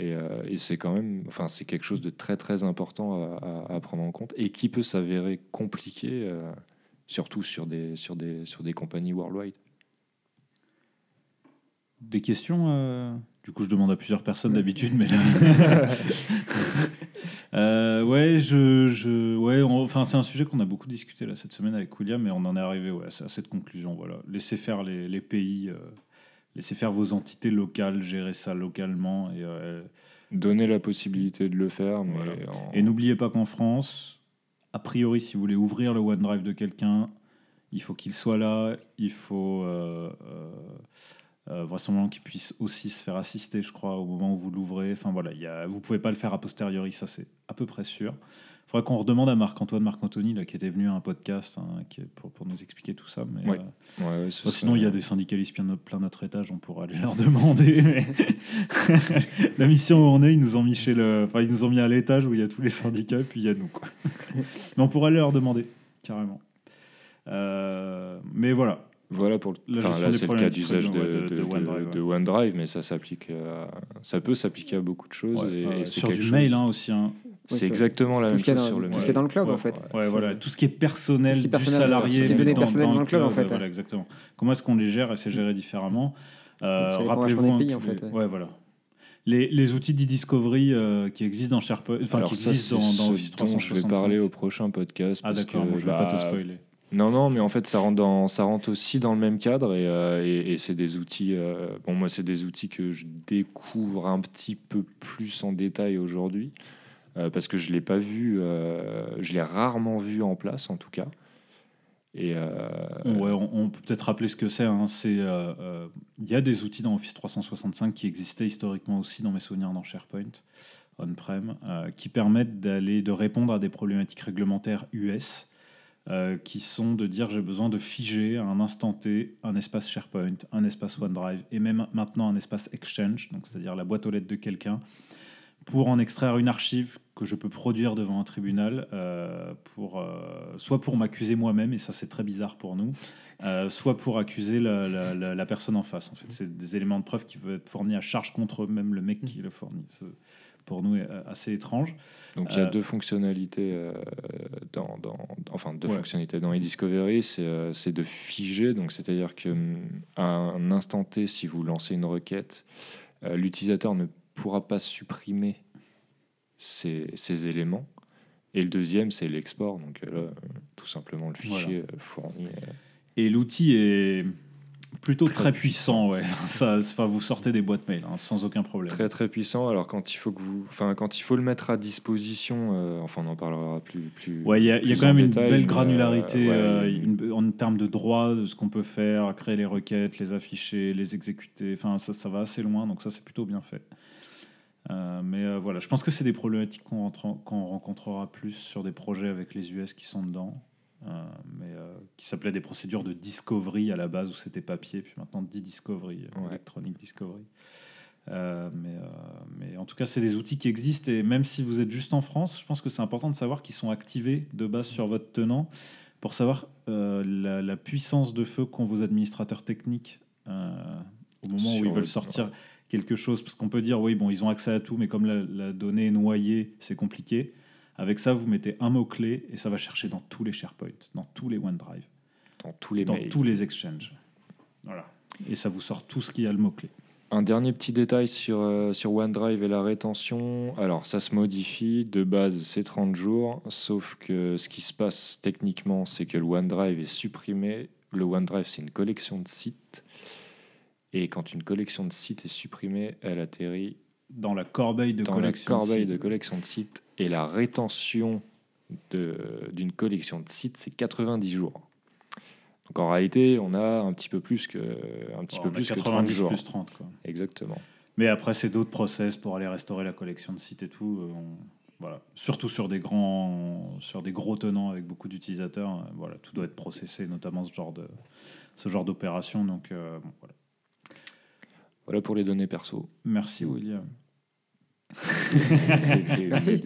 S3: Et, euh, et c'est quand même, enfin c'est quelque chose de très très important à, à- à prendre en compte et qui peut s'avérer compliqué, euh, surtout sur des sur des sur des compagnies worldwide.
S1: Des questions euh, Du coup, je demande à plusieurs personnes d'habitude, mais là. Euh, ouais, je, je, ouais on- enfin, c'est un sujet qu'on a beaucoup discuté là, cette semaine avec William, et on en est arrivé ouais, à cette conclusion. Voilà. Laissez faire les, les pays, euh, laissez faire vos entités locales, gérer ça localement. Et, euh,
S3: Donner la possibilité de le faire, mais
S1: Voilà.
S3: en-
S1: et n'oubliez pas qu'en France, a priori, si vous voulez ouvrir le OneDrive de quelqu'un, il faut qu'il soit là, il faut euh, euh, euh, vraisemblablement qu'il puisse aussi se faire assister, je crois, au moment où vous l'ouvrez. Enfin voilà, il y a, vous pouvez pas le faire a posteriori, ça c'est à peu près sûr. Il faudrait qu'on redemande à Marc-Antoine Marc-Anthony, là, qui était venu à un podcast hein, qui est pour, pour nous expliquer tout ça. Mais,
S3: Ouais.
S1: euh,
S3: Ouais, ouais, ce
S1: bon, sinon, il y a
S3: serait-
S1: des syndicalistes plein, notre- plein notre étage, on pourra aller leur demander. mais la mission où on est, ils nous ont mis chez le, enfin, ils nous ont mis à l'étage où il y a tous les syndicats, puis il y a nous. Quoi. mais on pourra aller leur demander carrément. Euh, mais voilà,
S3: Voilà pour le,
S1: La
S3: enfin,
S1: gestion
S3: là,
S1: des
S3: c'est le cas
S1: problématiques
S3: d'usage de,
S1: de- ouais, de- de
S3: de- de-
S1: OneDrive,
S3: de OneDrive, mais ça s'applique, à- ça peut s'appliquer à beaucoup de choses.
S1: Ouais,
S3: et,
S1: ouais,
S3: et c'est
S1: sur
S3: quelque
S1: du
S3: chose-
S1: mail hein, aussi. hein.
S3: c'est
S4: sur-
S3: exactement la
S4: tout
S3: même
S4: ce qu'il y a
S3: chose
S4: dans-
S3: sur le
S4: tout
S3: mail.
S4: ce qui est dans le cloud
S1: Ouais,
S4: en fait.
S1: Ouais,
S4: C'est-
S1: voilà, tout ce qui est personnel
S4: Tout ce qui est
S1: du
S4: personnel,
S1: salarié,
S3: c'est des
S4: données
S1: dans-
S4: personnelles
S1: dans le cloud,
S4: en fait,
S1: voilà,
S4: ouais.
S1: exactement. Comment est-ce qu'on les gère et c'est géré différemment Euh,
S4: Donc, ça dépend
S1: Rappelez-vous,
S4: vachement
S1: hein,
S4: des pays, en
S1: que les-
S4: fait, ouais.
S1: ouais, voilà. Les, les outils d'e-discovery euh, qui existent dans SharePoint, enfin
S3: Alors
S1: qui
S3: ça,
S1: existent
S3: c'est
S1: dans, dans
S3: ce
S1: Office
S3: dont je
S1: 365.
S3: vais parler au prochain podcast.
S1: Ah
S3: parce
S1: d'accord,
S3: que,
S1: bon, je vais pas
S3: bah,
S1: te spoiler.
S3: Non, non, mais en fait, ça rentre, dans, ça rentre aussi dans le même cadre et, euh, et- et c'est des outils. euh, bon, moi, c'est des outils que je découvre un petit peu plus en détail aujourd'hui euh, parce que je l'ai pas vu, euh, je l'ai rarement vu en place en tout cas. Et euh,
S1: Ouais, on, on peut peut-être rappeler ce que c'est. hein, c'est, euh, euh, il y a des outils dans Office 365 qui existaient historiquement aussi dans mes souvenirs dans SharePoint on-prem, euh, qui permettent d'aller de répondre à des problématiques réglementaires US, euh, qui sont de dire j'ai besoin de figer à un instant T un espace SharePoint, un espace OneDrive et même maintenant un espace Exchange, donc c'est-à-dire la boîte aux lettres de quelqu'un, pour en extraire une archive que je peux produire devant un tribunal, euh, pour, euh, soit pour m'accuser moi-même, et ça c'est très bizarre pour nous, euh, soit pour accuser la, la- la- la personne en face. En fait, c'est des éléments de preuve qui peuvent être fournis à charge contre même le mec qui le fournit. C'est, pour nous, euh, assez étrange.
S3: Donc il y a
S1: Euh,
S3: deux fonctionnalités euh, dans, dans- enfin deux
S1: Ouais.
S3: fonctionnalités dans eDiscovery, c'est euh, c'est de figer, donc c'est-à-dire que hum, à un instant T, si vous lancez une requête, euh, l'utilisateur ne pourra pas supprimer ces, ces éléments. Et le deuxième, c'est l'export, donc euh, là, euh, tout simplement le fichier euh, fourni. euh,
S1: Et l'outil est plutôt
S3: Très
S1: très, puissant, ouais. Ça, c'est- enfin, vous sortez des boîtes mail hein, sans aucun problème.
S3: Très très puissant. Alors quand il faut que vous, enfin quand il faut le mettre à disposition, euh, enfin on en parlera plus plus.
S1: Ouais, il y a, il y a
S3: plus
S1: quand
S3: en
S1: même une
S3: détail, mais,
S1: belle
S3: euh,
S1: granularité
S3: ouais,
S1: euh,
S3: une-
S1: une- en termes de droit, de ce qu'on peut faire, créer les requêtes, les afficher, les exécuter. Enfin, ça, ça va assez loin, donc ça, c'est plutôt bien fait. Euh, mais euh, voilà, je pense que c'est des problématiques qu'on rentre- qu'on rencontrera plus sur des projets avec les US qui sont dedans, euh, mais euh, qui s'appelaient des procédures de discovery à la base où c'était papier, puis maintenant dit discovery, euh,
S3: Ouais.
S1: electronic discovery. Euh, mais, euh, mais en tout cas, c'est des outils qui existent et même si vous êtes juste en France, je pense que c'est important de savoir qu'ils sont activés de base sur votre tenant pour savoir euh, la, la puissance de feu qu'ont vos administrateurs techniques euh, au moment
S3: Sur
S1: où ils veulent
S3: votre-
S1: sortir quelque chose. Parce qu'on peut dire, oui, bon, ils ont accès à tout, mais comme la, la donnée est noyée, c'est compliqué. Avec ça, vous mettez un mot-clé et ça va chercher dans tous les SharePoint, dans tous les OneDrive,
S3: dans tous les
S1: dans
S3: mails.
S1: tous les Exchange. Voilà. Et ça vous sort tout ce qui a le mot-clé.
S3: Un dernier petit détail sur, euh, sur OneDrive et la rétention. Alors, ça se modifie. De base, c'est 30 jours. Sauf que ce qui se passe techniquement, c'est que le OneDrive est supprimé. Le OneDrive, c'est une collection de sites. Et quand une collection de sites est supprimée, elle atterrit
S1: Dans la corbeille de
S3: dans la
S1: collection.
S3: corbeille
S1: site.
S3: de collection de sites. Et la rétention de- d'une collection de sites, c'est 90 jours. Donc en réalité, on a un petit peu plus que un petit
S1: Bon,
S3: peu
S1: on a
S3: plus que 30
S1: 90
S3: jours.
S1: plus 30. Quoi.
S3: Exactement.
S1: Mais après, c'est d'autres process pour aller restaurer la collection de sites et tout. euh, on- Voilà. Surtout sur des, grands, sur des gros tenants avec beaucoup d'utilisateurs. euh, Voilà, tout doit être processé, notamment ce genre, de, ce genre d'opération. Donc, euh, bon, voilà.
S3: Voilà pour les données perso.
S1: Merci, William.
S4: Merci.
S3: Merci.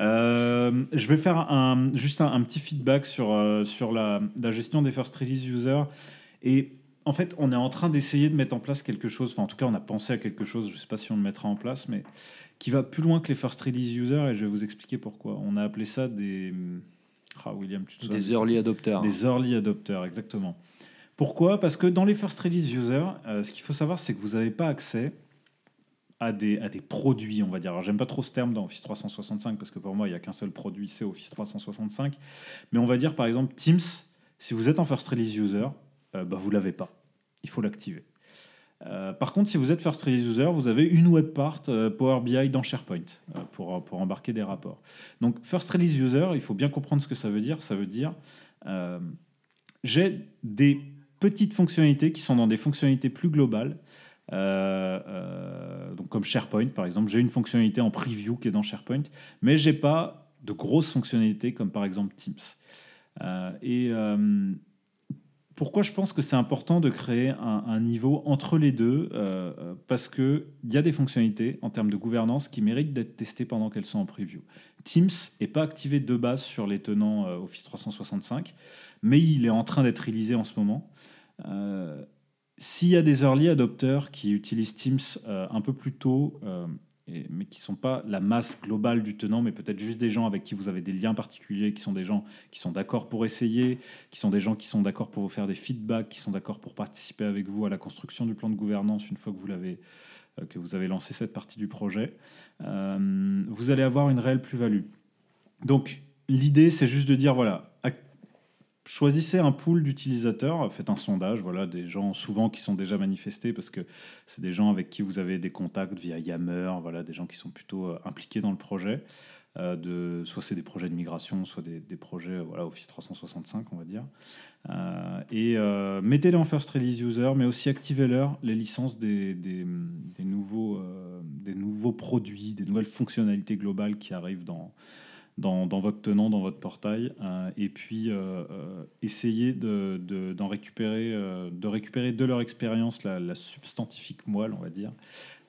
S1: Euh, je vais faire un, juste un, un petit feedback sur, euh, sur la, la gestion des first release users. Et en fait, on est en train d'essayer de mettre en place quelque chose, enfin en tout cas, on a pensé à quelque chose, je ne sais pas si on le mettra en place, mais qui va plus loin que les first release users, et je vais vous expliquer pourquoi. On a appelé ça des... Ah, William, tu te souviens
S3: Des early adopters.
S1: des early adopters, exactement. Pourquoi Parce que dans les first release users, euh, ce qu'il faut savoir, c'est que vous n'avez pas accès à des, à des produits, on va dire. Alors, j'aime pas trop ce terme dans Office 365, parce que pour moi, il n'y a qu'un seul produit, c'est Office 365. Mais on va dire, par exemple, Teams, si vous êtes en first release user, euh, bah, vous l'avez pas. Il faut l'activer. Euh, par contre, si vous êtes first release user, vous avez une web part euh, Power BI dans SharePoint euh, pour, pour embarquer des rapports. Donc, first release user, il faut bien comprendre ce que ça veut dire. Ça veut dire euh, j'ai des petites fonctionnalités qui sont dans des fonctionnalités plus globales. Euh, euh, donc comme SharePoint par exemple, j'ai une fonctionnalité en preview qui est dans SharePoint, mais j'ai pas de grosses fonctionnalités comme par exemple Teams. Euh, et euh, pourquoi je pense que c'est important de créer un, un niveau entre les deux euh, euh, Parce que il y a des fonctionnalités en termes de gouvernance qui méritent d'être testées pendant qu'elles sont en preview. Teams n'est pas activé de base sur les tenants euh, Office 365, mais il est en train d'être réalisé en ce moment. Euh, S'il y a des early adopteurs qui utilisent Teams euh, un peu plus tôt, euh, et- mais qui ne sont pas la masse globale du tenant, mais peut-être juste des gens avec qui vous avez des liens particuliers, qui sont des gens qui sont d'accord pour essayer, qui sont des gens qui sont d'accord pour vous faire des feedbacks, qui sont d'accord pour participer avec vous à la construction du plan de gouvernance une fois que vous l'avez euh, que vous avez lancé cette partie du projet, euh, vous allez avoir une réelle plus-value. Donc l'idée, c'est juste de dire voilà, ac- choisissez un pool d'utilisateurs, faites un sondage, voilà, des gens souvent qui sont déjà manifestés parce que c'est des gens avec qui vous avez des contacts via Yammer, voilà, des gens qui sont plutôt euh, impliqués dans le projet. euh, de, soit c'est des projets de migration, soit des, des projets euh, voilà, Office 365, on va dire. Euh, et euh, mettez-les en first release user, mais aussi activez-leur les licences des, des- des nouveaux, euh, des nouveaux produits, des nouvelles fonctionnalités globales qui arrivent dans, dans, dans votre tenant, dans votre portail. euh, et puis, euh, euh, essayez de, de- d'en récupérer, euh, de récupérer de leur expérience la, la substantifique moelle, on va dire,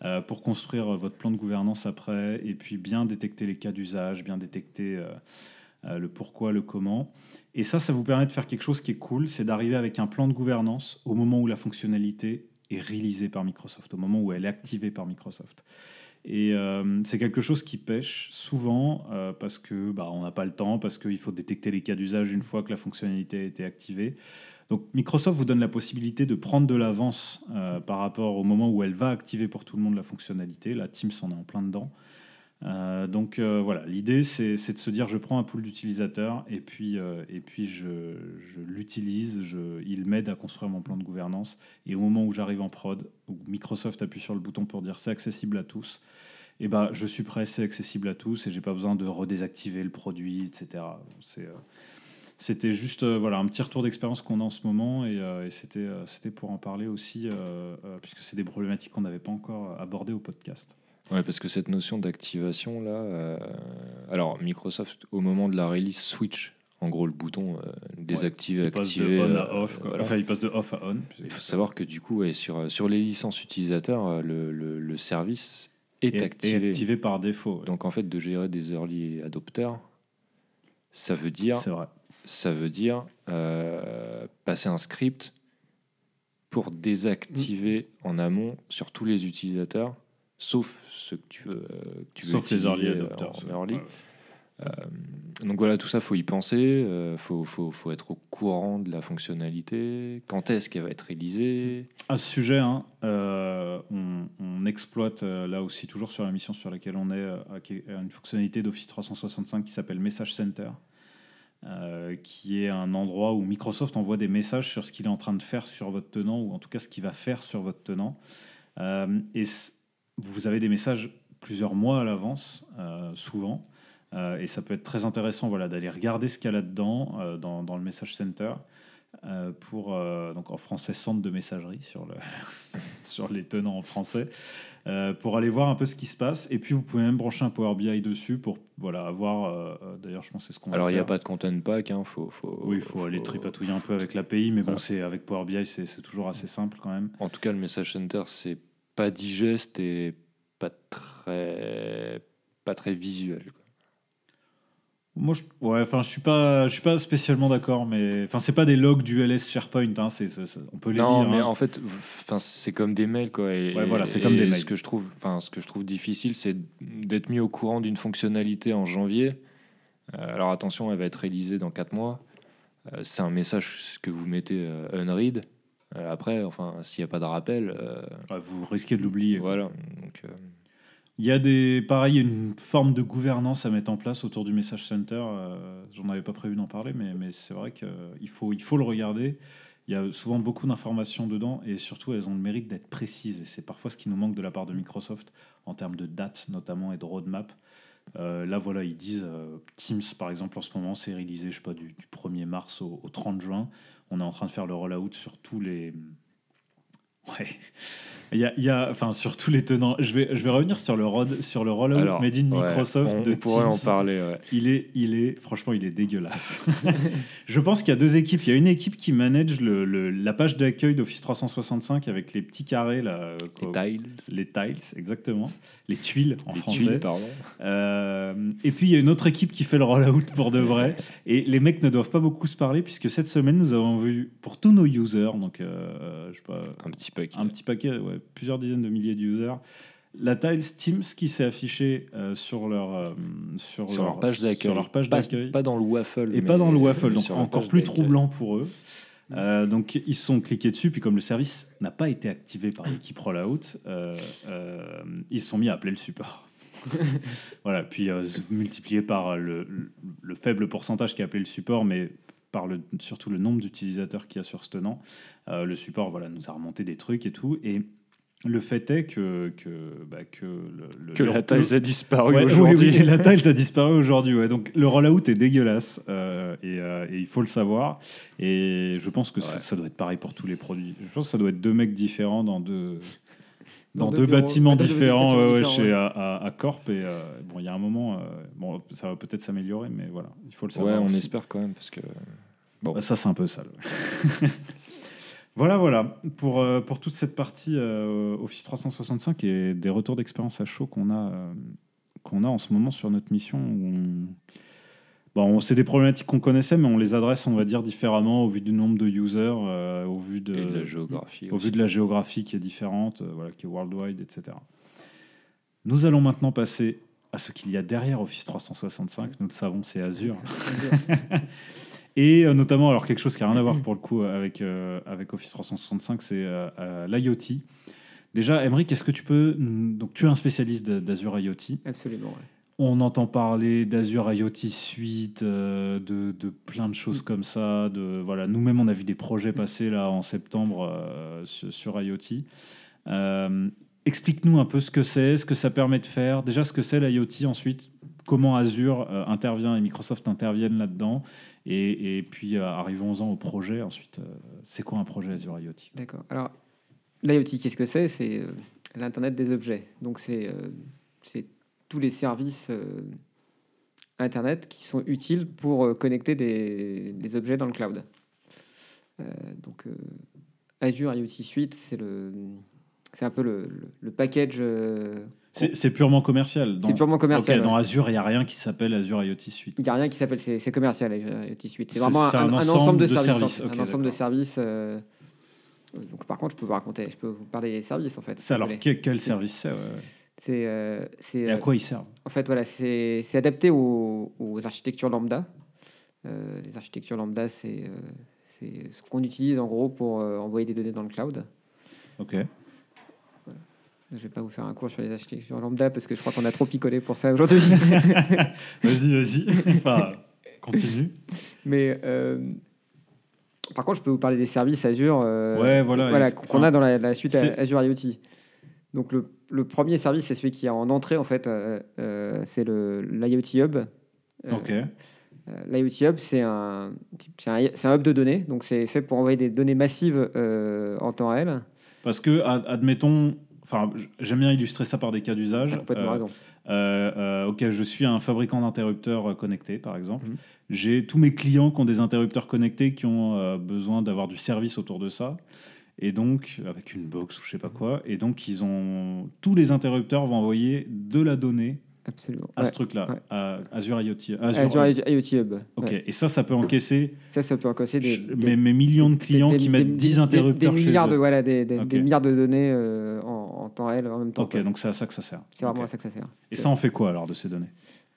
S1: euh, pour construire euh, votre plan de gouvernance après. Et puis, bien détecter les cas d'usage, bien détecter euh, euh, le pourquoi, le comment. Et ça, ça vous permet de faire quelque chose qui est cool, c'est d'arriver avec un plan de gouvernance au moment où la fonctionnalité est réalisée par Microsoft, au moment où elle est activée par Microsoft. Et euh, c'est quelque chose qui pêche souvent euh, parce que bah, on n'a pas le temps, parce qu'il faut détecter les cas d'usage une fois que la fonctionnalité a été activée. Donc Microsoft vous donne la possibilité de prendre de l'avance euh, par rapport au moment où elle va activer pour tout le monde la fonctionnalité. La Teams en est en plein dedans. Euh, donc euh, voilà, l'idée c'est c'est de se dire je prends un pool d'utilisateurs et puis, euh, et puis je, je l'utilise, je- il m'aide à construire mon plan de gouvernance et au moment où j'arrive en prod, où Microsoft appuie sur le bouton pour dire c'est accessible à tous, et ben je suis prêt, c'est accessible à tous et j'ai pas besoin de redésactiver le produit, etc. C'est, euh, C'était juste euh, voilà, un petit retour d'expérience qu'on a en ce moment et, euh, et c'était euh, c'était pour en parler aussi euh, euh, puisque c'est des problématiques qu'on n'avait pas encore abordées au podcast.
S3: Ouais, parce que cette notion d'activation là, euh, alors Microsoft au moment de la release switch, en gros le bouton euh, désactiver,
S1: Il passe
S3: activer.
S1: de on
S3: euh,
S1: à off. quoi.
S3: voilà.
S1: Enfin, il passe de off à on.
S3: Il faut savoir que du coup, ouais, sur, euh, sur les licences utilisateurs, euh, le, le- le service est
S1: Et- et
S3: activé.
S1: activé par défaut. ouais.
S3: Donc en fait, de gérer des early adopters, ça veut dire,
S1: C'est vrai.
S3: ça veut dire euh, passer un script pour désactiver
S1: Mm.
S3: en amont sur tous les utilisateurs, sauf ceux que tu veux, euh, que tu veux
S1: Sauf les early
S3: utiliser, euh,
S1: adopters.
S3: en
S1: ouais.
S3: early.
S1: Ouais.
S3: Donc voilà, tout ça, faut y penser, euh, faut, faut, faut être au courant de la fonctionnalité, quand est-ce qu'elle va être réalisée.
S1: À ce sujet, hein, euh, on, on exploite euh, là aussi, toujours sur la mission sur laquelle on est, euh, qui est une fonctionnalité d'Office 365 qui s'appelle Message Center, euh, qui est un endroit où Microsoft envoie des messages sur ce qu'il est en train de faire sur votre tenant, ou en tout cas ce qu'il va faire sur votre tenant. Euh, et c- vous avez des messages plusieurs mois à l'avance, euh, souvent. Euh, et ça peut être très intéressant voilà, d'aller regarder ce qu'il y a là-dedans, euh, dans, dans le Message Center. euh, pour, euh, donc en français, centre de messagerie sur, le sur les tenants en français, euh, pour aller voir un peu ce qui se passe. Et puis, vous pouvez même brancher un Power BI dessus pour voilà, avoir. euh, euh, D'ailleurs, je pense que c'est ce qu'on va
S3: Alors, il n'y a
S1: faire.
S3: pas de content pack, hein, faut, faut, euh,
S1: Oui, il faut, aller tripatouiller un peu avec l'API, mais bon,
S3: Voilà.
S1: c'est avec Power BI, c'est c'est toujours assez simple quand même.
S3: En tout cas, le message center, c'est pas digeste et pas très, pas très visuel. quoi.
S1: Moi, je, ouais, enfin, je suis pas, je suis pas spécialement d'accord, mais enfin, c'est pas des logs du LS SharePoint, hein, c'est- c'est- c'est- on peut les
S3: Non,
S1: lire.
S3: mais
S1: hein.
S3: en fait, enfin, c'est comme des mails, quoi. Et,
S1: Ouais, voilà,
S3: et-
S1: c'est comme des
S3: et
S1: mails.
S3: Ce que je trouve, enfin, ce que je trouve difficile, c'est d'être mis au courant d'une fonctionnalité en janvier. Euh, alors attention, elle va être réalisée dans 4 mois. Euh, c'est un message que vous mettez euh, unread. Euh, après, enfin, s'il n'y a pas de rappel, euh,
S1: Ouais, vous risquez de l'oublier. quoi.
S3: voilà. Donc, euh,
S1: Il y a des, pareil, une forme de gouvernance à mettre en place autour du message center. euh, J'en avais pas prévu d'en parler, mais, mais c'est vrai qu'il faut, il faut le regarder. Il y a souvent beaucoup d'informations dedans et surtout elles ont le mérite d'être précises. Et c'est parfois ce qui nous manque de la part de Microsoft en termes de date notamment et de roadmap. Euh, là voilà, ils disent euh, Teams par exemple en ce moment c'est réalisé je sais pas du, du 1er mars au, au 30 juin. On est en train de faire le rollout sur tous les ouais. Il y a, il y a- enfin sur tous les tenants. Je vais je vais revenir sur le road sur le rollout
S3: alors,
S1: made in
S3: ouais,
S1: Microsoft
S3: on,
S1: de
S3: on pourrait en
S1: Teams.
S3: parler. ouais.
S1: Il est, il est, franchement, il est dégueulasse. je pense qu'il y a deux équipes. Il y a une équipe qui manage le, le- la page d'accueil d'Office 365 avec les petits carrés, là, euh,
S3: Les
S1: quoi-
S3: tiles,
S1: les tiles, exactement. Les tuiles en
S3: les
S1: français.
S3: tuiles, pardon.
S1: Euh, et puis il y a une autre équipe qui fait le rollout pour de vrai. Et les mecs ne doivent pas beaucoup se parler puisque cette semaine nous avons vu pour tous nos users, donc euh, je sais pas,
S3: Un petit paquet.
S1: un petit paquet, ouais, plusieurs dizaines de milliers d'users. La Tiles Teams qui s'est affichée euh, sur leur euh, sur,
S3: sur leur page d'accueil.
S1: sur leur page
S3: Pas-
S1: d'accueil.
S3: Pas dans le waffle.
S1: et
S3: mais-
S1: pas dans le waffle,
S3: mais
S1: donc
S3: sur la
S1: encore
S3: page Mm.
S1: plus
S3: d'accueil.
S1: troublant pour eux. Euh, donc ils se sont cliqués dessus, puis comme le service n'a pas été activé par l'équipe rollout, euh, euh, ils se sont mis à appeler le support. voilà, puis euh, multiplié par le, le- le faible pourcentage qui a appelé le support, mais par le, surtout le nombre d'utilisateurs qu'il y a sur ce tenant, euh, le support voilà, nous a remonté des trucs et tout. Et le fait est que, que, bah, que, le, le-
S3: Que
S1: le-
S3: la taille a disparu
S1: Ouais,
S3: aujourd'hui.
S1: Oui, oui, la taille, ça disparaît aujourd'hui. ouais. Donc le rollout est dégueulasse euh, et, euh, et il faut le savoir. Et je pense que ça,
S3: Ouais.
S1: ça doit être pareil pour tous les produits. Je pense que ça doit être deux mecs différents dans deux. Dans,
S4: Dans
S1: deux,
S4: deux bureaux.
S1: bâtiments
S4: Dans deux
S1: différents,
S4: bâtiments
S1: ouais, ouais,
S4: différents,
S1: chez
S4: ouais.
S1: à, à- à Corp. Et euh, bon, il y a un moment, euh, bon, ça va peut-être s'améliorer, mais voilà, il faut le
S3: Ouais,
S1: savoir.
S3: on
S1: aussi.
S3: espère quand même parce que
S1: Bah, ça, c'est un peu sale. ouais. voilà, voilà, pour, euh, pour toute cette partie euh, Office 365 et des retours d'expérience à chaud qu'on a, euh, qu'on a en ce moment sur notre mission. Où on... Bon, on- c'est des problématiques qu'on connaissait, mais on les adresse, on va dire, différemment au vu du nombre de users, euh, au vu de,
S3: et de la géographie.
S1: au
S3: aussi.
S1: vu de la géographie qui est différente, euh, voilà, qui est worldwide, etc. Nous allons maintenant passer à ce qu'il y a derrière Office 365. Nous le savons, c'est Azure. Et euh, notamment, alors quelque chose qui n'a rien à voir pour le coup avec, euh, avec Office 365, c'est euh, euh, l'IoT. Déjà, Emmerich, est-ce que tu peux. Donc, tu es un spécialiste d'A- d'Azure IoT.
S4: Absolument. ouais.
S1: On entend parler d'Azure IoT Suite, euh, de, de plein de
S4: Mm.
S1: choses comme ça. De, voilà, Nous-mêmes, on a vu des projets passer là en septembre euh, sur, sur IoT. Euh, Explique-nous un peu ce que c'est, ce que ça permet de faire. Déjà, ce que c'est l'IoT, ensuite, comment Azure euh, intervient et Microsoft interviennent là-dedans. Et, et puis, euh, arrivons-en au projet. Ensuite, euh, c'est quoi un projet Azure IoT
S4: D'accord. Alors, l'IoT, qu'est-ce que c'est C'est euh, l'Internet des objets. Donc, c'est euh, c'est tous les services euh, Internet qui sont utiles pour euh, connecter des, des objets dans le cloud. Euh, donc, euh, Azure IoT Suite, c'est le. C'est un peu le, le- le package. euh,
S1: C'est c'est purement commercial. Dans,
S4: c'est purement commercial.
S1: Ok, dans
S4: ouais.
S1: Azure, il n'y a rien qui s'appelle Azure IoT Suite.
S4: Il n'y a rien qui s'appelle, c'est c'est commercial euh, IoT Suite. C'est
S1: C'est-
S4: vraiment
S1: c'est
S4: un, un ensemble, de, services.
S1: services.
S4: en fait.
S1: Ok,
S4: un ensemble de
S1: d'accord.
S4: services. euh, donc, par contre, je peux vous raconter, je peux vous parler des services en fait. si
S1: C'est
S4: vous
S1: alors
S4: voulez.
S1: que- quel service c'est ouais, ouais.
S4: C'est, euh, c'est,
S1: Et à
S4: euh,
S1: quoi ils servent
S4: en fait, voilà, c'est c'est adapté aux, aux architectures lambda. Euh, les architectures lambda, c'est euh, c'est ce qu'on utilise en gros pour euh, envoyer des données dans le cloud.
S1: Ok.
S4: Je vais pas vous faire un cours sur les architectures lambda parce que je crois qu'on a trop picolé pour ça aujourd'hui.
S1: Vas-y, vas-y. Enfin, continue.
S4: Mais euh, par contre, je peux vous parler des services Azure. euh,
S1: Ouais, voilà, et c'est-
S4: qu'on a dans la, la suite
S1: c'est-
S4: Azure IoT. Donc le, le premier service, c'est celui qui est en entrée en fait. euh, euh, c'est le l'IoT Hub. euh,
S1: Ok.
S4: Euh, L'IoT Hub, c'est un, c'est un- c'est un hub de données, donc c'est fait pour envoyer des données massives euh, en temps réel.
S1: Parce que, ad- admettons, enfin, j- j'aime bien illustrer ça par des cas d'usage.
S4: T'as complètement
S1: Euh,
S4: raison.
S1: Euh, euh, ok, je suis un fabricant d'interrupteurs euh, connectés, par exemple.
S4: Mhm.
S1: J'ai tous mes clients qui ont des interrupteurs connectés qui ont euh, besoin d'avoir du service autour de ça. Et donc, avec une box ou je sais
S4: Mhm.
S1: pas quoi. Et donc, ils ont tous les interrupteurs vont envoyer de la donnée
S4: Absolument.
S1: à
S4: Ouais. Euh,
S1: ce truc-là,
S4: ouais.
S1: à Azure IoT.
S4: Azure IoT Hub.
S1: Ok,
S4: ouais.
S1: et ça, ça peut encaisser
S4: Ça, ça peut encaisser des,
S1: ch-
S4: des-
S1: mes, mes millions de clients
S4: des-
S1: qui
S4: des-
S1: mettent
S4: des-
S1: 10
S4: des-
S1: interrupteurs
S4: des
S1: chez
S4: milliards
S1: eux.
S4: De, voilà, des, des-
S1: Ok.
S4: des milliards de données euh, en, en temps réel en même temps.
S1: ok,
S4: quoi.
S1: donc c'est à ça que ça sert.
S4: c'est vraiment
S1: Ok.
S4: à ça que ça sert.
S1: Et ça, on fait quoi alors de ces données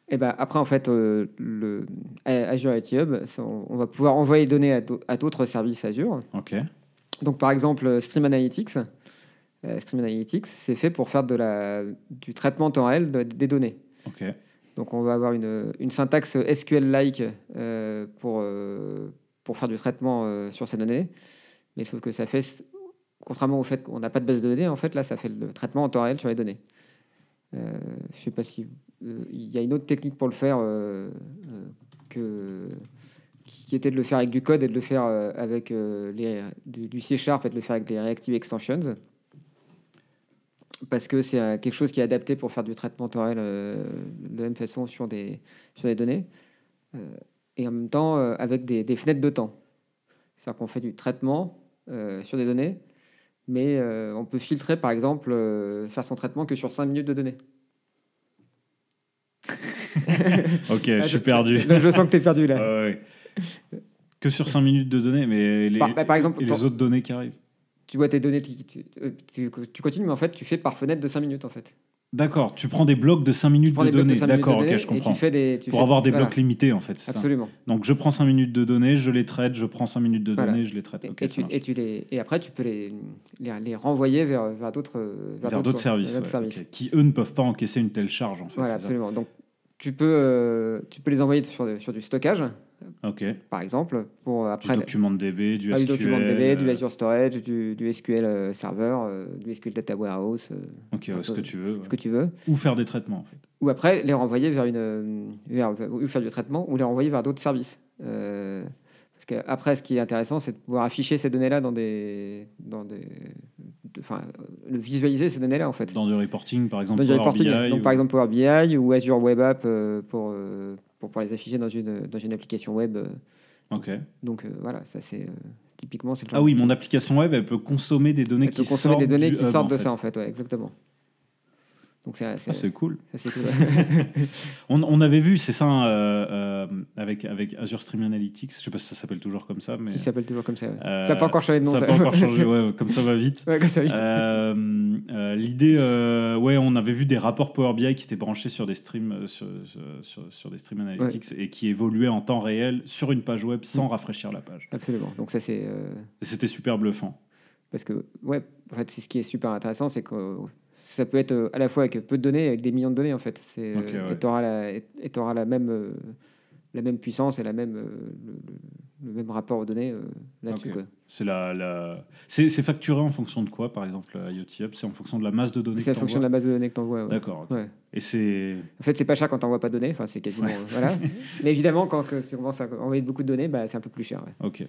S4: Et ben après, en fait, euh, le euh, Azure IT Hub, ça, on, on va pouvoir envoyer des données à d'au- à d'autres services Azure.
S1: Ok,
S4: Donc, par exemple, euh, Stream Analytics, euh, Stream Analytics, c'est fait pour faire de la, du traitement temps réel de- des données.
S1: ok.
S4: Donc, on va avoir une, une syntaxe SQL-like euh, pour, euh, pour faire du traitement euh, sur ces données. Mais sauf que ça fait, contrairement au fait qu'on n'a pas de base de données, en fait, là, ça fait le traitement en temps réel sur les données. Euh, je sais pas si. euh, Il y a une autre technique pour le faire euh, euh, que, qui qui était de le faire avec du code et de le faire euh, avec euh, les, du, du C Sharp et de le faire avec des Reactive Extensions. Parce que c'est euh, quelque chose qui est adapté pour faire du traitement temps réel euh, de la même façon sur des, sur des données. Euh, et en même temps, euh, avec des, des fenêtres de temps. C'est-à-dire qu'on fait du traitement euh, sur des données, mais euh, on peut filtrer, par exemple, euh, faire son traitement que sur 5 minutes de données.
S1: Ok, je suis
S4: Ah,
S1: perdu.
S4: Donc, je sens que tu es perdu là.
S1: Ah ouais. Que sur 5 minutes de données, mais les,
S4: Par- bah, par exemple,
S1: et les
S4: pour-
S1: autres données qui arrivent.
S4: tu vois tes données, qui- tu, euh, tu- tu continues, mais en fait, tu fais par fenêtre de 5 minutes, en fait.
S1: D'accord, tu prends des blocs de 5 minutes
S4: Tu prends
S1: de
S4: des blocs
S1: données.
S4: cinq minutes de
S1: D'accord,
S4: données
S1: ok, je
S4: et
S1: comprends.
S4: Tu fais des, tu
S1: Pour
S4: fais-
S1: avoir des
S4: voilà,
S1: blocs limités, en fait. c'est ça.
S4: Absolument.
S1: Donc je prends 5 minutes de données, je les traite, je prends 5 minutes de
S4: Voilà.
S1: données, je les traite.
S4: Et-
S1: Ok,
S4: et,
S1: ça
S4: tu,
S1: marche.
S4: et, tu les, et après, tu peux les, les, les renvoyer vers, vers d'autres euh,
S1: Vers d'autres
S4: sources,
S1: services, ouais,
S4: vers d'autres services.
S1: ok, qui eux ne peuvent pas encaisser une telle charge, en fait.
S4: Voilà,
S1: c'est ça
S4: absolument. Donc, tu peux, euh, tu peux les envoyer sur, sur du stockage,
S1: Ok,
S4: par exemple, pour
S1: du
S4: après
S1: document DB, du
S4: Ah,
S1: SQL.
S4: du document DB, du
S1: euh,
S4: Azure Storage, du, du SQL euh, Server, euh, du SQL Data Warehouse, euh,
S1: Ok, ouais, ce que tu veux. ouais.
S4: ce que tu veux.
S1: Ou faire des traitements, en fait.
S4: Ou après, les renvoyer vers une. euh, vers- ou faire du traitement, ou les renvoyer vers d'autres services. Euh, parce qu'après, ce qui est intéressant, c'est de pouvoir afficher ces données-là dans des. Dans des de- enfin, euh, le visualiser ces données-là, en fait.
S1: Dans du reporting, par exemple,
S4: Dans du
S1: Power
S4: reporting.
S1: BI,
S4: Donc,
S1: ou-
S4: par exemple, Power BI ou Azure Web App euh, pour, euh, pour pouvoir les afficher dans une, dans une application web. euh.
S1: Ok.
S4: Donc, euh, voilà, ça, c'est. euh, typiquement, c'est le genre
S1: Ah oui,
S4: de-
S1: mon application web, elle peut consommer des données
S4: Elle peut
S1: qui
S4: consommer
S1: sortent
S4: des données
S1: du
S4: qui
S1: hub,
S4: sortent
S1: en
S4: de
S1: fait.
S4: ça, en fait, ouais, exactement. Donc, c'est
S1: Ah, c'est cool.
S4: assez cool. ouais.
S1: On, on avait vu, c'est ça, hein, euh, euh, avec, avec Azure Stream Analytics. Je sais pas si ça s'appelle toujours comme ça, mais
S4: Si ça s'appelle toujours comme ça. ouais.
S1: Euh,
S4: ça n'a pas encore changé de nom.
S1: ça n'a pas encore changé. ouais, comme ça va vite.
S4: Ouais, comme ça, oui.
S1: Euh, euh, L'idée, euh, ouais, on avait vu des rapports Power BI qui étaient branchés sur des streams, euh, sur, sur- sur- sur des stream analytics et qui évoluaient en temps réel sur une page web
S4: Mm.
S1: sans rafraîchir la page.
S4: Absolument. Donc ça c'est euh,
S1: Et C'était super bluffant.
S4: parce que ouais, en fait, c'est ce qui est super intéressant, c'est que euh, ça peut être euh, à la fois avec peu de données, et avec des millions de données en fait. C'est, euh,
S1: Ok, ouais.
S4: Et tu auras la, et- et t'auras la même euh, la même puissance et la même euh, le, le- le même rapport aux données euh, là-dessus.
S1: Ok.
S4: quoi.
S1: C'est la, la- c'est c'est facturé en fonction de quoi, par exemple, la IoT Hub C'est en fonction de la masse de données.
S4: C'est
S1: que
S4: en fonction de
S1: t'envoies
S4: la base de données que tu envoies.
S1: D'accord. ok.
S4: Ouais.
S1: Et c'est
S4: En fait, c'est pas cher quand tu pas de données. Enfin, c'est quasiment euh, voilà. Mais évidemment, quand que- tu commences à envoyer beaucoup de données, bah, c'est un peu plus cher. ouais.
S1: Ok.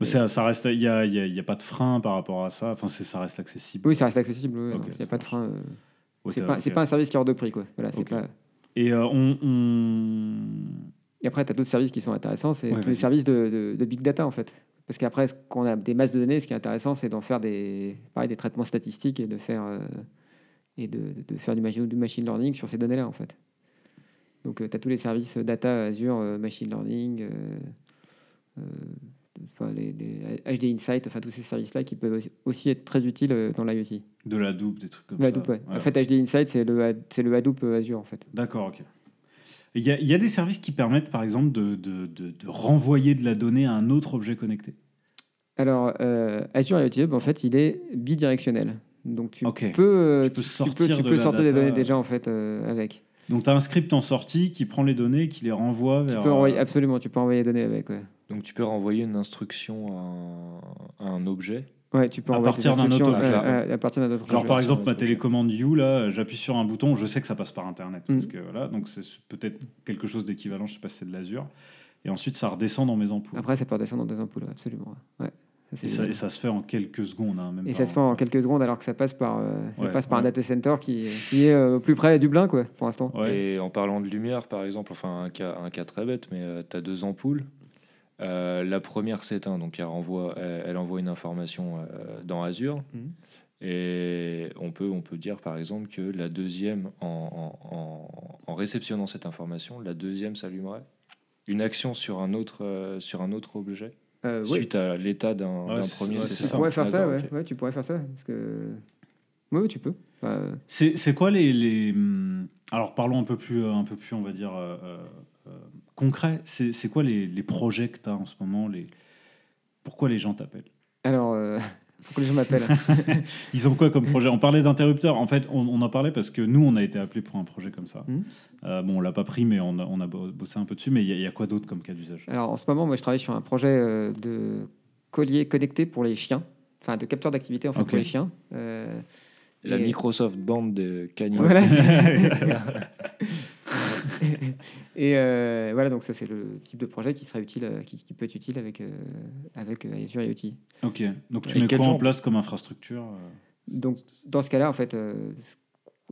S1: Mais ça, ça reste, il n'y a, il y a- il y a pas de frein par rapport à ça. Enfin, c'est- ça reste accessible.
S4: Oui, ça reste accessible. Il
S1: Ok,
S4: n'y
S1: ça
S4: a pas de
S1: marche.
S4: frein. euh,
S1: Ouais,
S4: c'est
S1: t'as-
S4: pas,
S1: ok.
S4: c'est pas un service qui est hors de prix quoi. Voilà, c'est
S1: Ok.
S4: pas.
S1: Et euh, on, on-
S4: Et après, tu as d'autres services qui sont intéressants, c'est
S1: Ouais,
S4: tous
S1: vas-y.
S4: les services de, de- de big data en fait. Parce qu'après, ce qu'on a des masses de données, ce qui est intéressant, c'est d'en faire des, pareil, des traitements statistiques et de faire, euh, et de, de faire du, machine, du machine learning sur ces données-là en fait. Donc, tu as tous les services data, Azure, euh, machine learning, euh, euh, enfin, les, les HD Insight, enfin tous ces services-là qui peuvent aussi- aussi être très utiles euh, dans l'IoT.
S1: de la double, des trucs comme
S4: Le
S1: ça.
S4: Hadoop, ouais.
S1: Ouais.
S4: En fait, HD Insight, c'est le, Had- c'est le Hadoop euh, Azure en fait.
S1: D'accord, ok. Il y, a, il y a des services qui permettent, par exemple, de, de- de- de renvoyer de la donnée à un autre objet connecté.
S4: Alors, euh, Azure IoT Hub, en fait, il est bidirectionnel. Donc, tu
S1: Ok.
S4: peux, euh,
S1: Tu peux sortir
S4: tu
S1: de
S4: peux
S1: la
S4: sortir
S1: data.
S4: des données déjà, en fait, euh, avec.
S1: Donc, tu as un script en sortie qui prend les données, qui les renvoie
S4: Tu
S1: vers.
S4: peux envoyer,
S1: euh,
S4: absolument, tu peux envoyer des données avec. Ouais,
S3: Donc tu peux renvoyer une instruction à un, à un objet.
S4: Ouais, tu peux
S1: À
S4: envoyer
S1: partir
S4: tes
S1: d'un
S4: instructions,
S1: autre objet.
S4: euh, à, à partir d'un autre
S1: Genre
S4: objet.
S1: par
S3: je-
S1: exemple
S3: je-
S1: ma
S3: je-
S1: télécommande You là, j'appuie sur un bouton, je sais que ça passe par internet parce
S4: Mm.
S1: que voilà, donc c'est peut-être quelque chose d'équivalent, je sais pas si c'est de l'Azure Et ensuite, ça redescend dans mes ampoules.
S4: Après, ça peut redescendre dans des ampoules, ouais, absolument. ouais. Ouais. Ça, c'est-
S1: et, ça, et ça se fait en quelques secondes. hein, même
S4: Et
S1: pas
S4: ça se fait en quelques secondes alors que ça passe par, euh, ça
S1: Ouais,
S4: passe par un
S1: ouais.
S4: data center qui, qui est euh, au plus près à Dublin quoi, pour l'instant.
S1: Ouais.
S3: Et en parlant de lumière, par exemple, enfin un cas, un cas très bête, mais tu as deux ampoules. Euh, la première s'éteint, donc elle, renvoie, elle, elle envoie une information euh, dans Azure.
S4: Mhm.
S3: Et on peut, on peut dire, par exemple, que la deuxième, en, en- en- en réceptionnant cette information, la deuxième s'allumerait. Une action sur un autre, euh, sur un autre objet,
S4: Euh, ouais.
S3: suite à l'état d'un
S1: Ouais,
S3: d'un
S1: c'est-
S3: premier.
S1: ouais,
S3: c'est
S1: c'est
S4: Tu
S3: ça
S1: ça.
S4: pourrais faire ça,
S3: D'accord,
S4: ouais.
S3: ok.
S4: ouais. Tu pourrais faire ça parce que. Oui, oui, tu peux. Enfin, euh,
S1: C'est c'est quoi les, les, hum, Alors parlons un peu plus, euh, un peu plus on va dire, euh, euh, euh, concret. C'est c'est quoi les, les projets que tu as en ce moment les... Pourquoi les gens t'appellent
S4: alors, euh, faut que les gens m'appellent.
S1: Ils ont quoi
S4: Mm.
S1: comme projet On parlait d'interrupteurs. En fait, on, on en parlait parce que nous, on a été appelés pour un projet comme ça.
S4: Mhm.
S1: Euh, bon, on l'a pas pris, mais on a, on a bo- bossé un peu dessus. Mais il y, a- il y a quoi d'autre comme cas d'usage
S4: alors, en ce moment, moi, je travaille sur un projet euh, de collier connecté pour les chiens, enfin de capteur d'activité en fait
S1: Ok.
S4: pour les chiens. Euh,
S3: La
S4: et-
S3: Microsoft bande de canines.
S4: Voilà.
S1: Ouais,
S4: et euh, voilà, donc ça, c'est le type de projet qui serait utile, euh, qui, qui peut être utile avec euh, avec euh, Azure IoT.
S1: Ok. Donc tu
S3: Et
S1: mets
S3: quel
S1: quoi en
S3: genre
S1: place comme infrastructure euh
S4: Donc, dans ce cas-là, en fait, euh,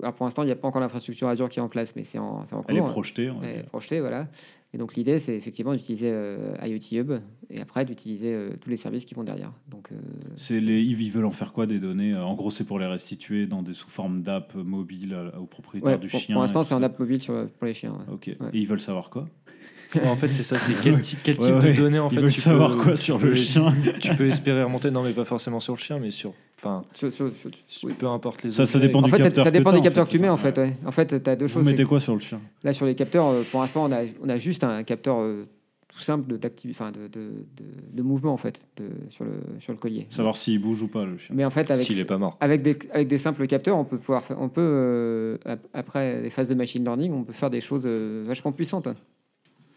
S4: alors pour l'instant, il n'y a pas encore l'infrastructure Azure qui est en place, mais c'est en, c'est en cours.
S1: Elle est
S4: hein.
S1: projetée. on va
S4: Elle est
S1: dire.
S4: projetée, voilà. Et donc, l'idée, c'est effectivement d'utiliser euh, IoT Hub et après d'utiliser euh, tous les services qui vont derrière. Donc, euh,
S1: C'est les, ils veulent en faire quoi des données En gros, c'est pour les restituer dans des sous formes d'app mobile à- aux propriétaires
S4: ouais,
S1: du
S4: pour,
S1: chien.
S4: pour l'instant,
S1: et tout
S4: c'est en
S1: ça. Ah.
S4: app mobile sur, pour les chiens. ouais.
S1: Ok. Et ils veulent savoir quoi
S3: Ouais, en fait, c'est ça, c'est quel, ti- quel type
S1: Ouais, ouais.
S3: de données en fait
S1: Ils veulent
S3: tu
S1: savoir
S3: peux-
S1: quoi
S3: tu
S1: sur
S3: peux
S1: le
S3: es-
S1: chien
S3: Tu peux espérer remonter, non, mais pas forcément sur le chien, mais sur. Enfin,
S4: Sur- sur- sur-
S3: sur- peu importe les
S1: Ça, ça
S3: objets.
S1: dépend
S4: En
S1: du
S4: fait, ça,
S1: capteur
S4: ça
S1: que
S4: dépend
S1: t'as,
S4: des
S1: en
S4: capteurs
S1: fait,
S4: que
S1: c'est
S4: tu mets,
S1: ça,
S4: en fait.
S1: ouais.
S4: ouais. En fait, tu as deux
S1: Vous
S4: choses. c'est
S1: mettez quoi sur le chien
S4: Là, sur les capteurs, euh, pour l'instant, on a, on a juste un capteur euh, tout simple de, d'activi- enfin, de, de- de- de mouvement, en fait, de- sur, le, sur le collier.
S1: Savoir s'il bouge ou pas le chien.
S4: Mais en fait, avec,
S3: S'il n'est pas mort.
S4: avec, des, avec des simples capteurs, on peut pouvoir, fa- on peut, euh, ap- après les phases de machine learning, on peut faire des choses euh, vachement puissantes.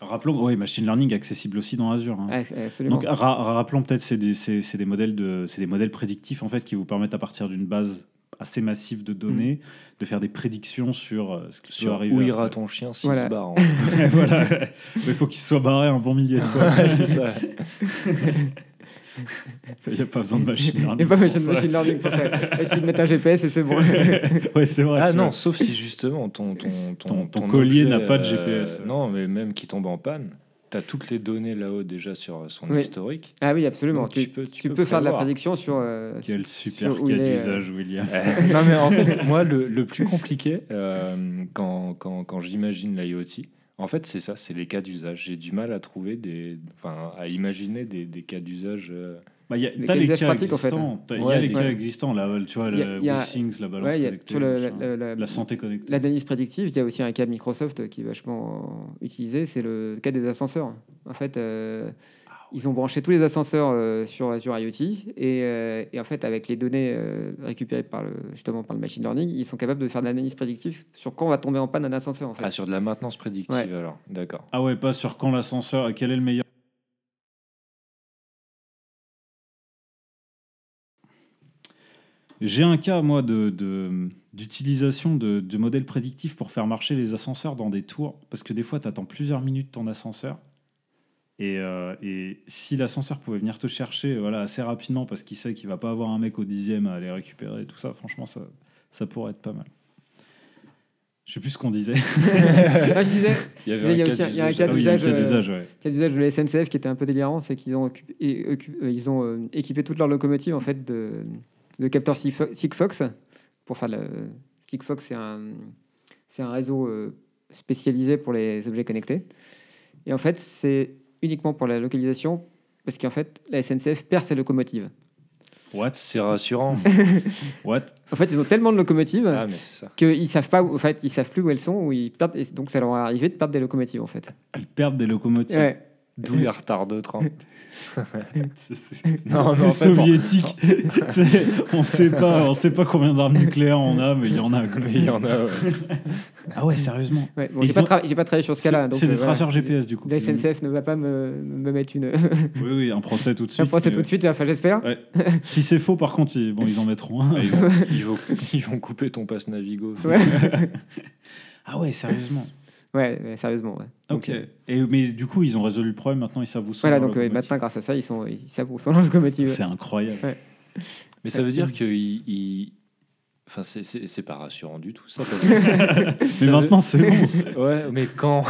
S1: Rappelons, oui, machine learning accessible aussi dans Azure. hein.
S4: Ah, c'est- absolument.
S1: Donc ra- rappelons peut-être c'est des, c'est- c'est des modèles de c'est des modèles prédictifs en fait qui vous permettent à partir d'une base assez massive de données
S4: Mm.
S1: de faire des prédictions sur euh, ce qui peut
S3: Sur
S1: arriver.
S3: où ira
S1: après.
S3: ton chien s'il
S4: Voilà.
S3: se barre. en
S1: voilà. Mais il faut qu'il se soit barré un bon millier de fois.
S3: fait. c'est ça.
S1: Il n'y a pas besoin de machine
S4: Il
S1: learning.
S4: n'y a pas
S1: ah, pour
S4: machine,
S1: ça.
S4: machine learning pour ça. Il suffit de mettre un GPS et c'est bon.
S1: ouais, c'est vrai.
S3: Ah
S1: tu
S3: non,
S1: vois.
S3: sauf si justement ton, ton,
S1: Ton- ton collier
S3: objet,
S1: n'a pas de
S3: euh,
S1: GPS, ouais.
S3: non, mais même qui tombe en panne, tu as toutes les données là-haut déjà sur euh, son
S4: Oui.
S3: historique.
S4: ah oui, absolument.
S3: Donc,
S4: Tu, tu peux, faire de la
S3: prévoir.
S4: prédiction sur. euh,
S1: Quel super
S4: Sur
S1: cas
S4: où il est, euh,
S1: d'usage, William.
S3: non, mais en fait, moi, le, le plus compliqué, euh, quand, quand, quand j'imagine l'IoT, en fait, c'est ça, c'est les cas d'usage. J'ai du mal à trouver des. Enfin, à imaginer des, des cas d'usage. euh,
S1: Bah, y a-
S4: Les
S1: T'as
S4: cas
S1: les
S4: d'usage
S1: cas
S4: pratiques, en fait,
S1: existants. T'as- Il y
S3: Ouais,
S1: a les
S3: des-
S1: cas
S4: ouais.
S1: existants. Là, tu vois,
S4: Il y a-
S1: le
S4: il y a-
S1: WeSings, la balance
S4: ouais, il y a-
S1: connectée,
S4: sur le-
S1: machin.
S4: la- la-
S1: la santé connectée.
S4: L'analyse prédictive, il y a aussi un cas de Microsoft qui est vachement euh, utilisé, c'est le cas des ascenseurs. En fait, euh, ils ont branché tous les ascenseurs euh, sur Azure IoT et, euh, et en fait, avec les données euh, récupérées par le, justement par le machine learning, ils sont capables de faire de l'analyse prédictive sur quand va tomber en panne un ascenseur. En fait.
S3: Ah, sur de la maintenance prédictive,
S4: Ouais.
S3: alors. D'accord.
S1: Ah ouais, pas sur quand l'ascenseur, quel est le meilleur. J'ai un cas, moi, de- de- d'utilisation de, de, modèles prédictifs pour faire marcher les ascenseurs dans des tours. Parce que des fois, tu attends plusieurs minutes ton ascenseur. Et, euh, et si l'ascenseur pouvait venir te chercher voilà, assez rapidement parce qu'il sait qu'il va pas avoir un mec au dixième à aller récupérer et tout ça, franchement, ça, ça pourrait être pas mal. Je sais plus ce qu'on disait.
S4: Ah, je disais,
S3: Il y
S4: Il y a aussi un- il y a un cas
S1: Ah oui, il y a le
S4: d'usage,
S1: cas
S4: euh,
S1: d'usage, ouais.
S4: cas d'usage de la SNCF qui était un peu délirant, c'est qu'ils ont, occu- et- occu- euh, ils ont euh, équipé toutes leurs locomotives en fait de, de capteurs Sigfo- Sigfox pour faire le Sigfox c'est un c'est un réseau euh, spécialisé pour les objets connectés et en fait c'est uniquement pour la localisation parce qu'en fait la SNCF perd ses locomotives.
S3: What C'est rassurant.
S1: What
S4: En fait ils ont tellement de locomotives
S3: ah, mais c'est ça.
S4: qu'ils savent pas où- en fait ils savent plus où elles sont ou ils perdent et donc ça leur est arrivé de perdre des locomotives en fait.
S1: Ils perdent des locomotives.
S4: Ouais.
S3: D'où les retards de train.
S1: C'est- C'est c'est
S3: Non, mais en fait, on-
S1: soviétique. C'est- on sait pas, on sait pas combien d'armes nucléaires on a, mais il y en a. quoi.
S3: Mais il y en a, ouais.
S1: Ah ouais, sérieusement.
S4: Ouais, bon,
S1: Et
S4: j'ai
S1: ils
S4: pas,
S1: ont-
S4: tra- j'ai pas travaillé sur ce
S1: C'est
S4: cas-là. donc,
S1: c'est
S4: euh,
S1: des
S4: voilà.
S1: traceurs GPS du coup.
S4: La
S1: finalement.
S4: SNCF ne va pas me, me mettre une.
S1: Oui, oui, un procès tout de suite.
S4: Un procès
S1: mais,
S4: tout de suite, enfin, j'espère.
S1: euh, Ouais. Si c'est faux, par contre, ils, bon, ils en mettront un.
S3: Ah, Ils vont, ils vont- ils vont couper ton passe Navigo.
S4: Ouais.
S1: Ah ouais, sérieusement.
S4: Ouais, ouais, sérieusement. ouais.
S1: Ok. Et, mais du coup, ils ont résolu le problème. Maintenant, ils savent où sont
S4: Voilà,
S1: leurs
S4: donc euh,
S1: locomotives.
S4: maintenant, grâce à ça, ils sont, ils savent où sont leurs locomotives.
S1: C'est incroyable.
S3: Mais ça veut dire que il, il- Enfin, c'est- c'est c'est pas rassurant du tout, ça. parce que- ça
S1: mais
S3: veut-
S1: maintenant, c'est bon.
S3: Ouais, mais quand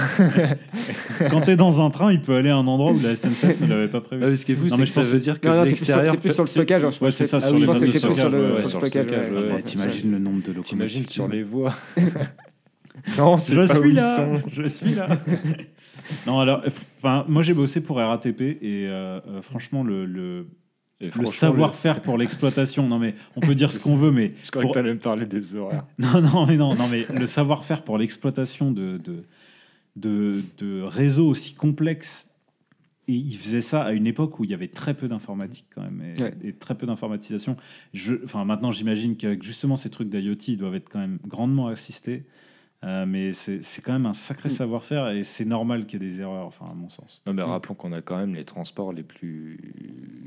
S1: Quand t'es dans un train, il peut aller à un endroit où la SNCF ne l'avait pas prévu.
S3: Ah Ce qui est fou,
S1: Non,
S3: c'est
S1: mais
S3: que
S1: je
S3: ça
S1: pense-
S3: veut dire que
S4: Non, non, c'est plus, sur-
S3: l'extérieur.
S4: c'est plus sur le stockage. alors, je
S1: Ouais,
S4: pense
S1: c'est
S4: que-
S1: ça,
S4: ah
S1: sur
S4: oui,
S1: les
S4: je pense
S1: vannes
S4: que
S1: de
S4: c'est plus sur
S1: stockage,
S4: le
S1: ouais,
S4: sur le
S1: sur
S3: le
S4: stockage.
S3: stockage,
S4: ouais,
S3: ouais,
S4: ouais,
S1: Ah,
S4: ouais,
S1: T'imagines
S4: ouais.
S1: le nombre de locomotives.
S3: T'imagines
S1: qu'ils ont.
S3: sur les voies Non, c'est pas où ils sont.
S1: Je suis là. non, alors, euh, enfin, moi j'ai bossé pour RATP et euh, euh, franchement, le, le,
S3: Et
S1: le
S3: franchement,
S1: savoir-faire pour l'exploitation, non mais on peut dire ce qu'on veut, mais
S3: Je crois que
S1: pour-
S3: t'allais me parler des horaires.
S1: non, non, mais non, non, mais le savoir-faire pour l'exploitation de, de, de, de réseaux aussi complexes. Et ils faisaient ça à une époque où il y avait très peu d'informatique quand même et,
S4: Ouais.
S1: et très peu d'informatisation. Je, enfin, maintenant, j'imagine que justement ces trucs d'IoT ils doivent être quand même grandement assistés. Euh, mais c'est c'est quand même un sacré savoir-faire et c'est normal qu'il y ait des erreurs, enfin, à mon sens.
S3: Non, mais
S4: Mm.
S3: rappelons qu'on a quand même les transports les plus.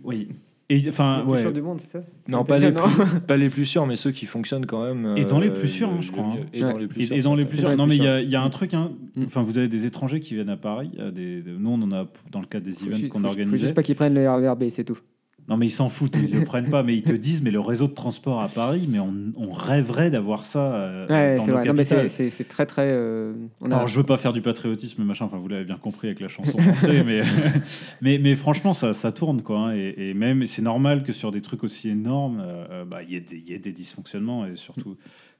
S1: Oui. Et, enfin,
S4: Les plus
S1: ouais.
S4: sûrs du monde, c'est ça
S3: Non,
S4: Non,
S3: pas
S4: déjà,
S3: les,
S4: non.
S3: plus, pas les plus sûrs, mais ceux qui fonctionnent quand même.
S1: Et dans les
S3: euh,
S1: plus sûrs, hein,
S3: le-
S1: je
S3: le
S1: crois,
S3: mieux.
S1: hein.
S3: Et dans
S4: Ouais.
S3: les plus
S1: Et,
S3: sûrs.
S1: et dans les
S3: ça
S1: plus
S4: dans
S1: sûrs.
S4: les
S1: Non, mais il y, a-
S4: plus
S1: il y a un truc. hein.
S4: Mm.
S1: Enfin, vous avez des étrangers qui viennent à Paris. euh, Des, des- nous, on en a dans le cadre des
S4: Faut
S1: events
S4: juste-
S1: qu'on
S4: faut
S1: organisait.
S4: juste pas qu'ils prennent le RVRB, c'est tout.
S1: Non, mais ils s'en foutent, ils le prennent pas, mais ils te disent, mais le réseau de transport à Paris, mais on, on rêverait d'avoir ça euh,
S4: Ouais,
S1: dans
S4: c'est
S1: nos
S4: vrai. Non, mais c'est-
S1: capitales.
S4: c'est c'est très, très. euh, on a-
S1: Alors, je veux pas faire du patriotisme, machin, enfin, vous l'avez bien compris avec la chanson d'entrée, mais, mais, mais franchement, ça, ça tourne, quoi. hein, et, et même, c'est normal que sur des trucs aussi énormes, euh, euh, bah, il y, ait des- il y ait des dysfonctionnements, et surtout
S4: Mm.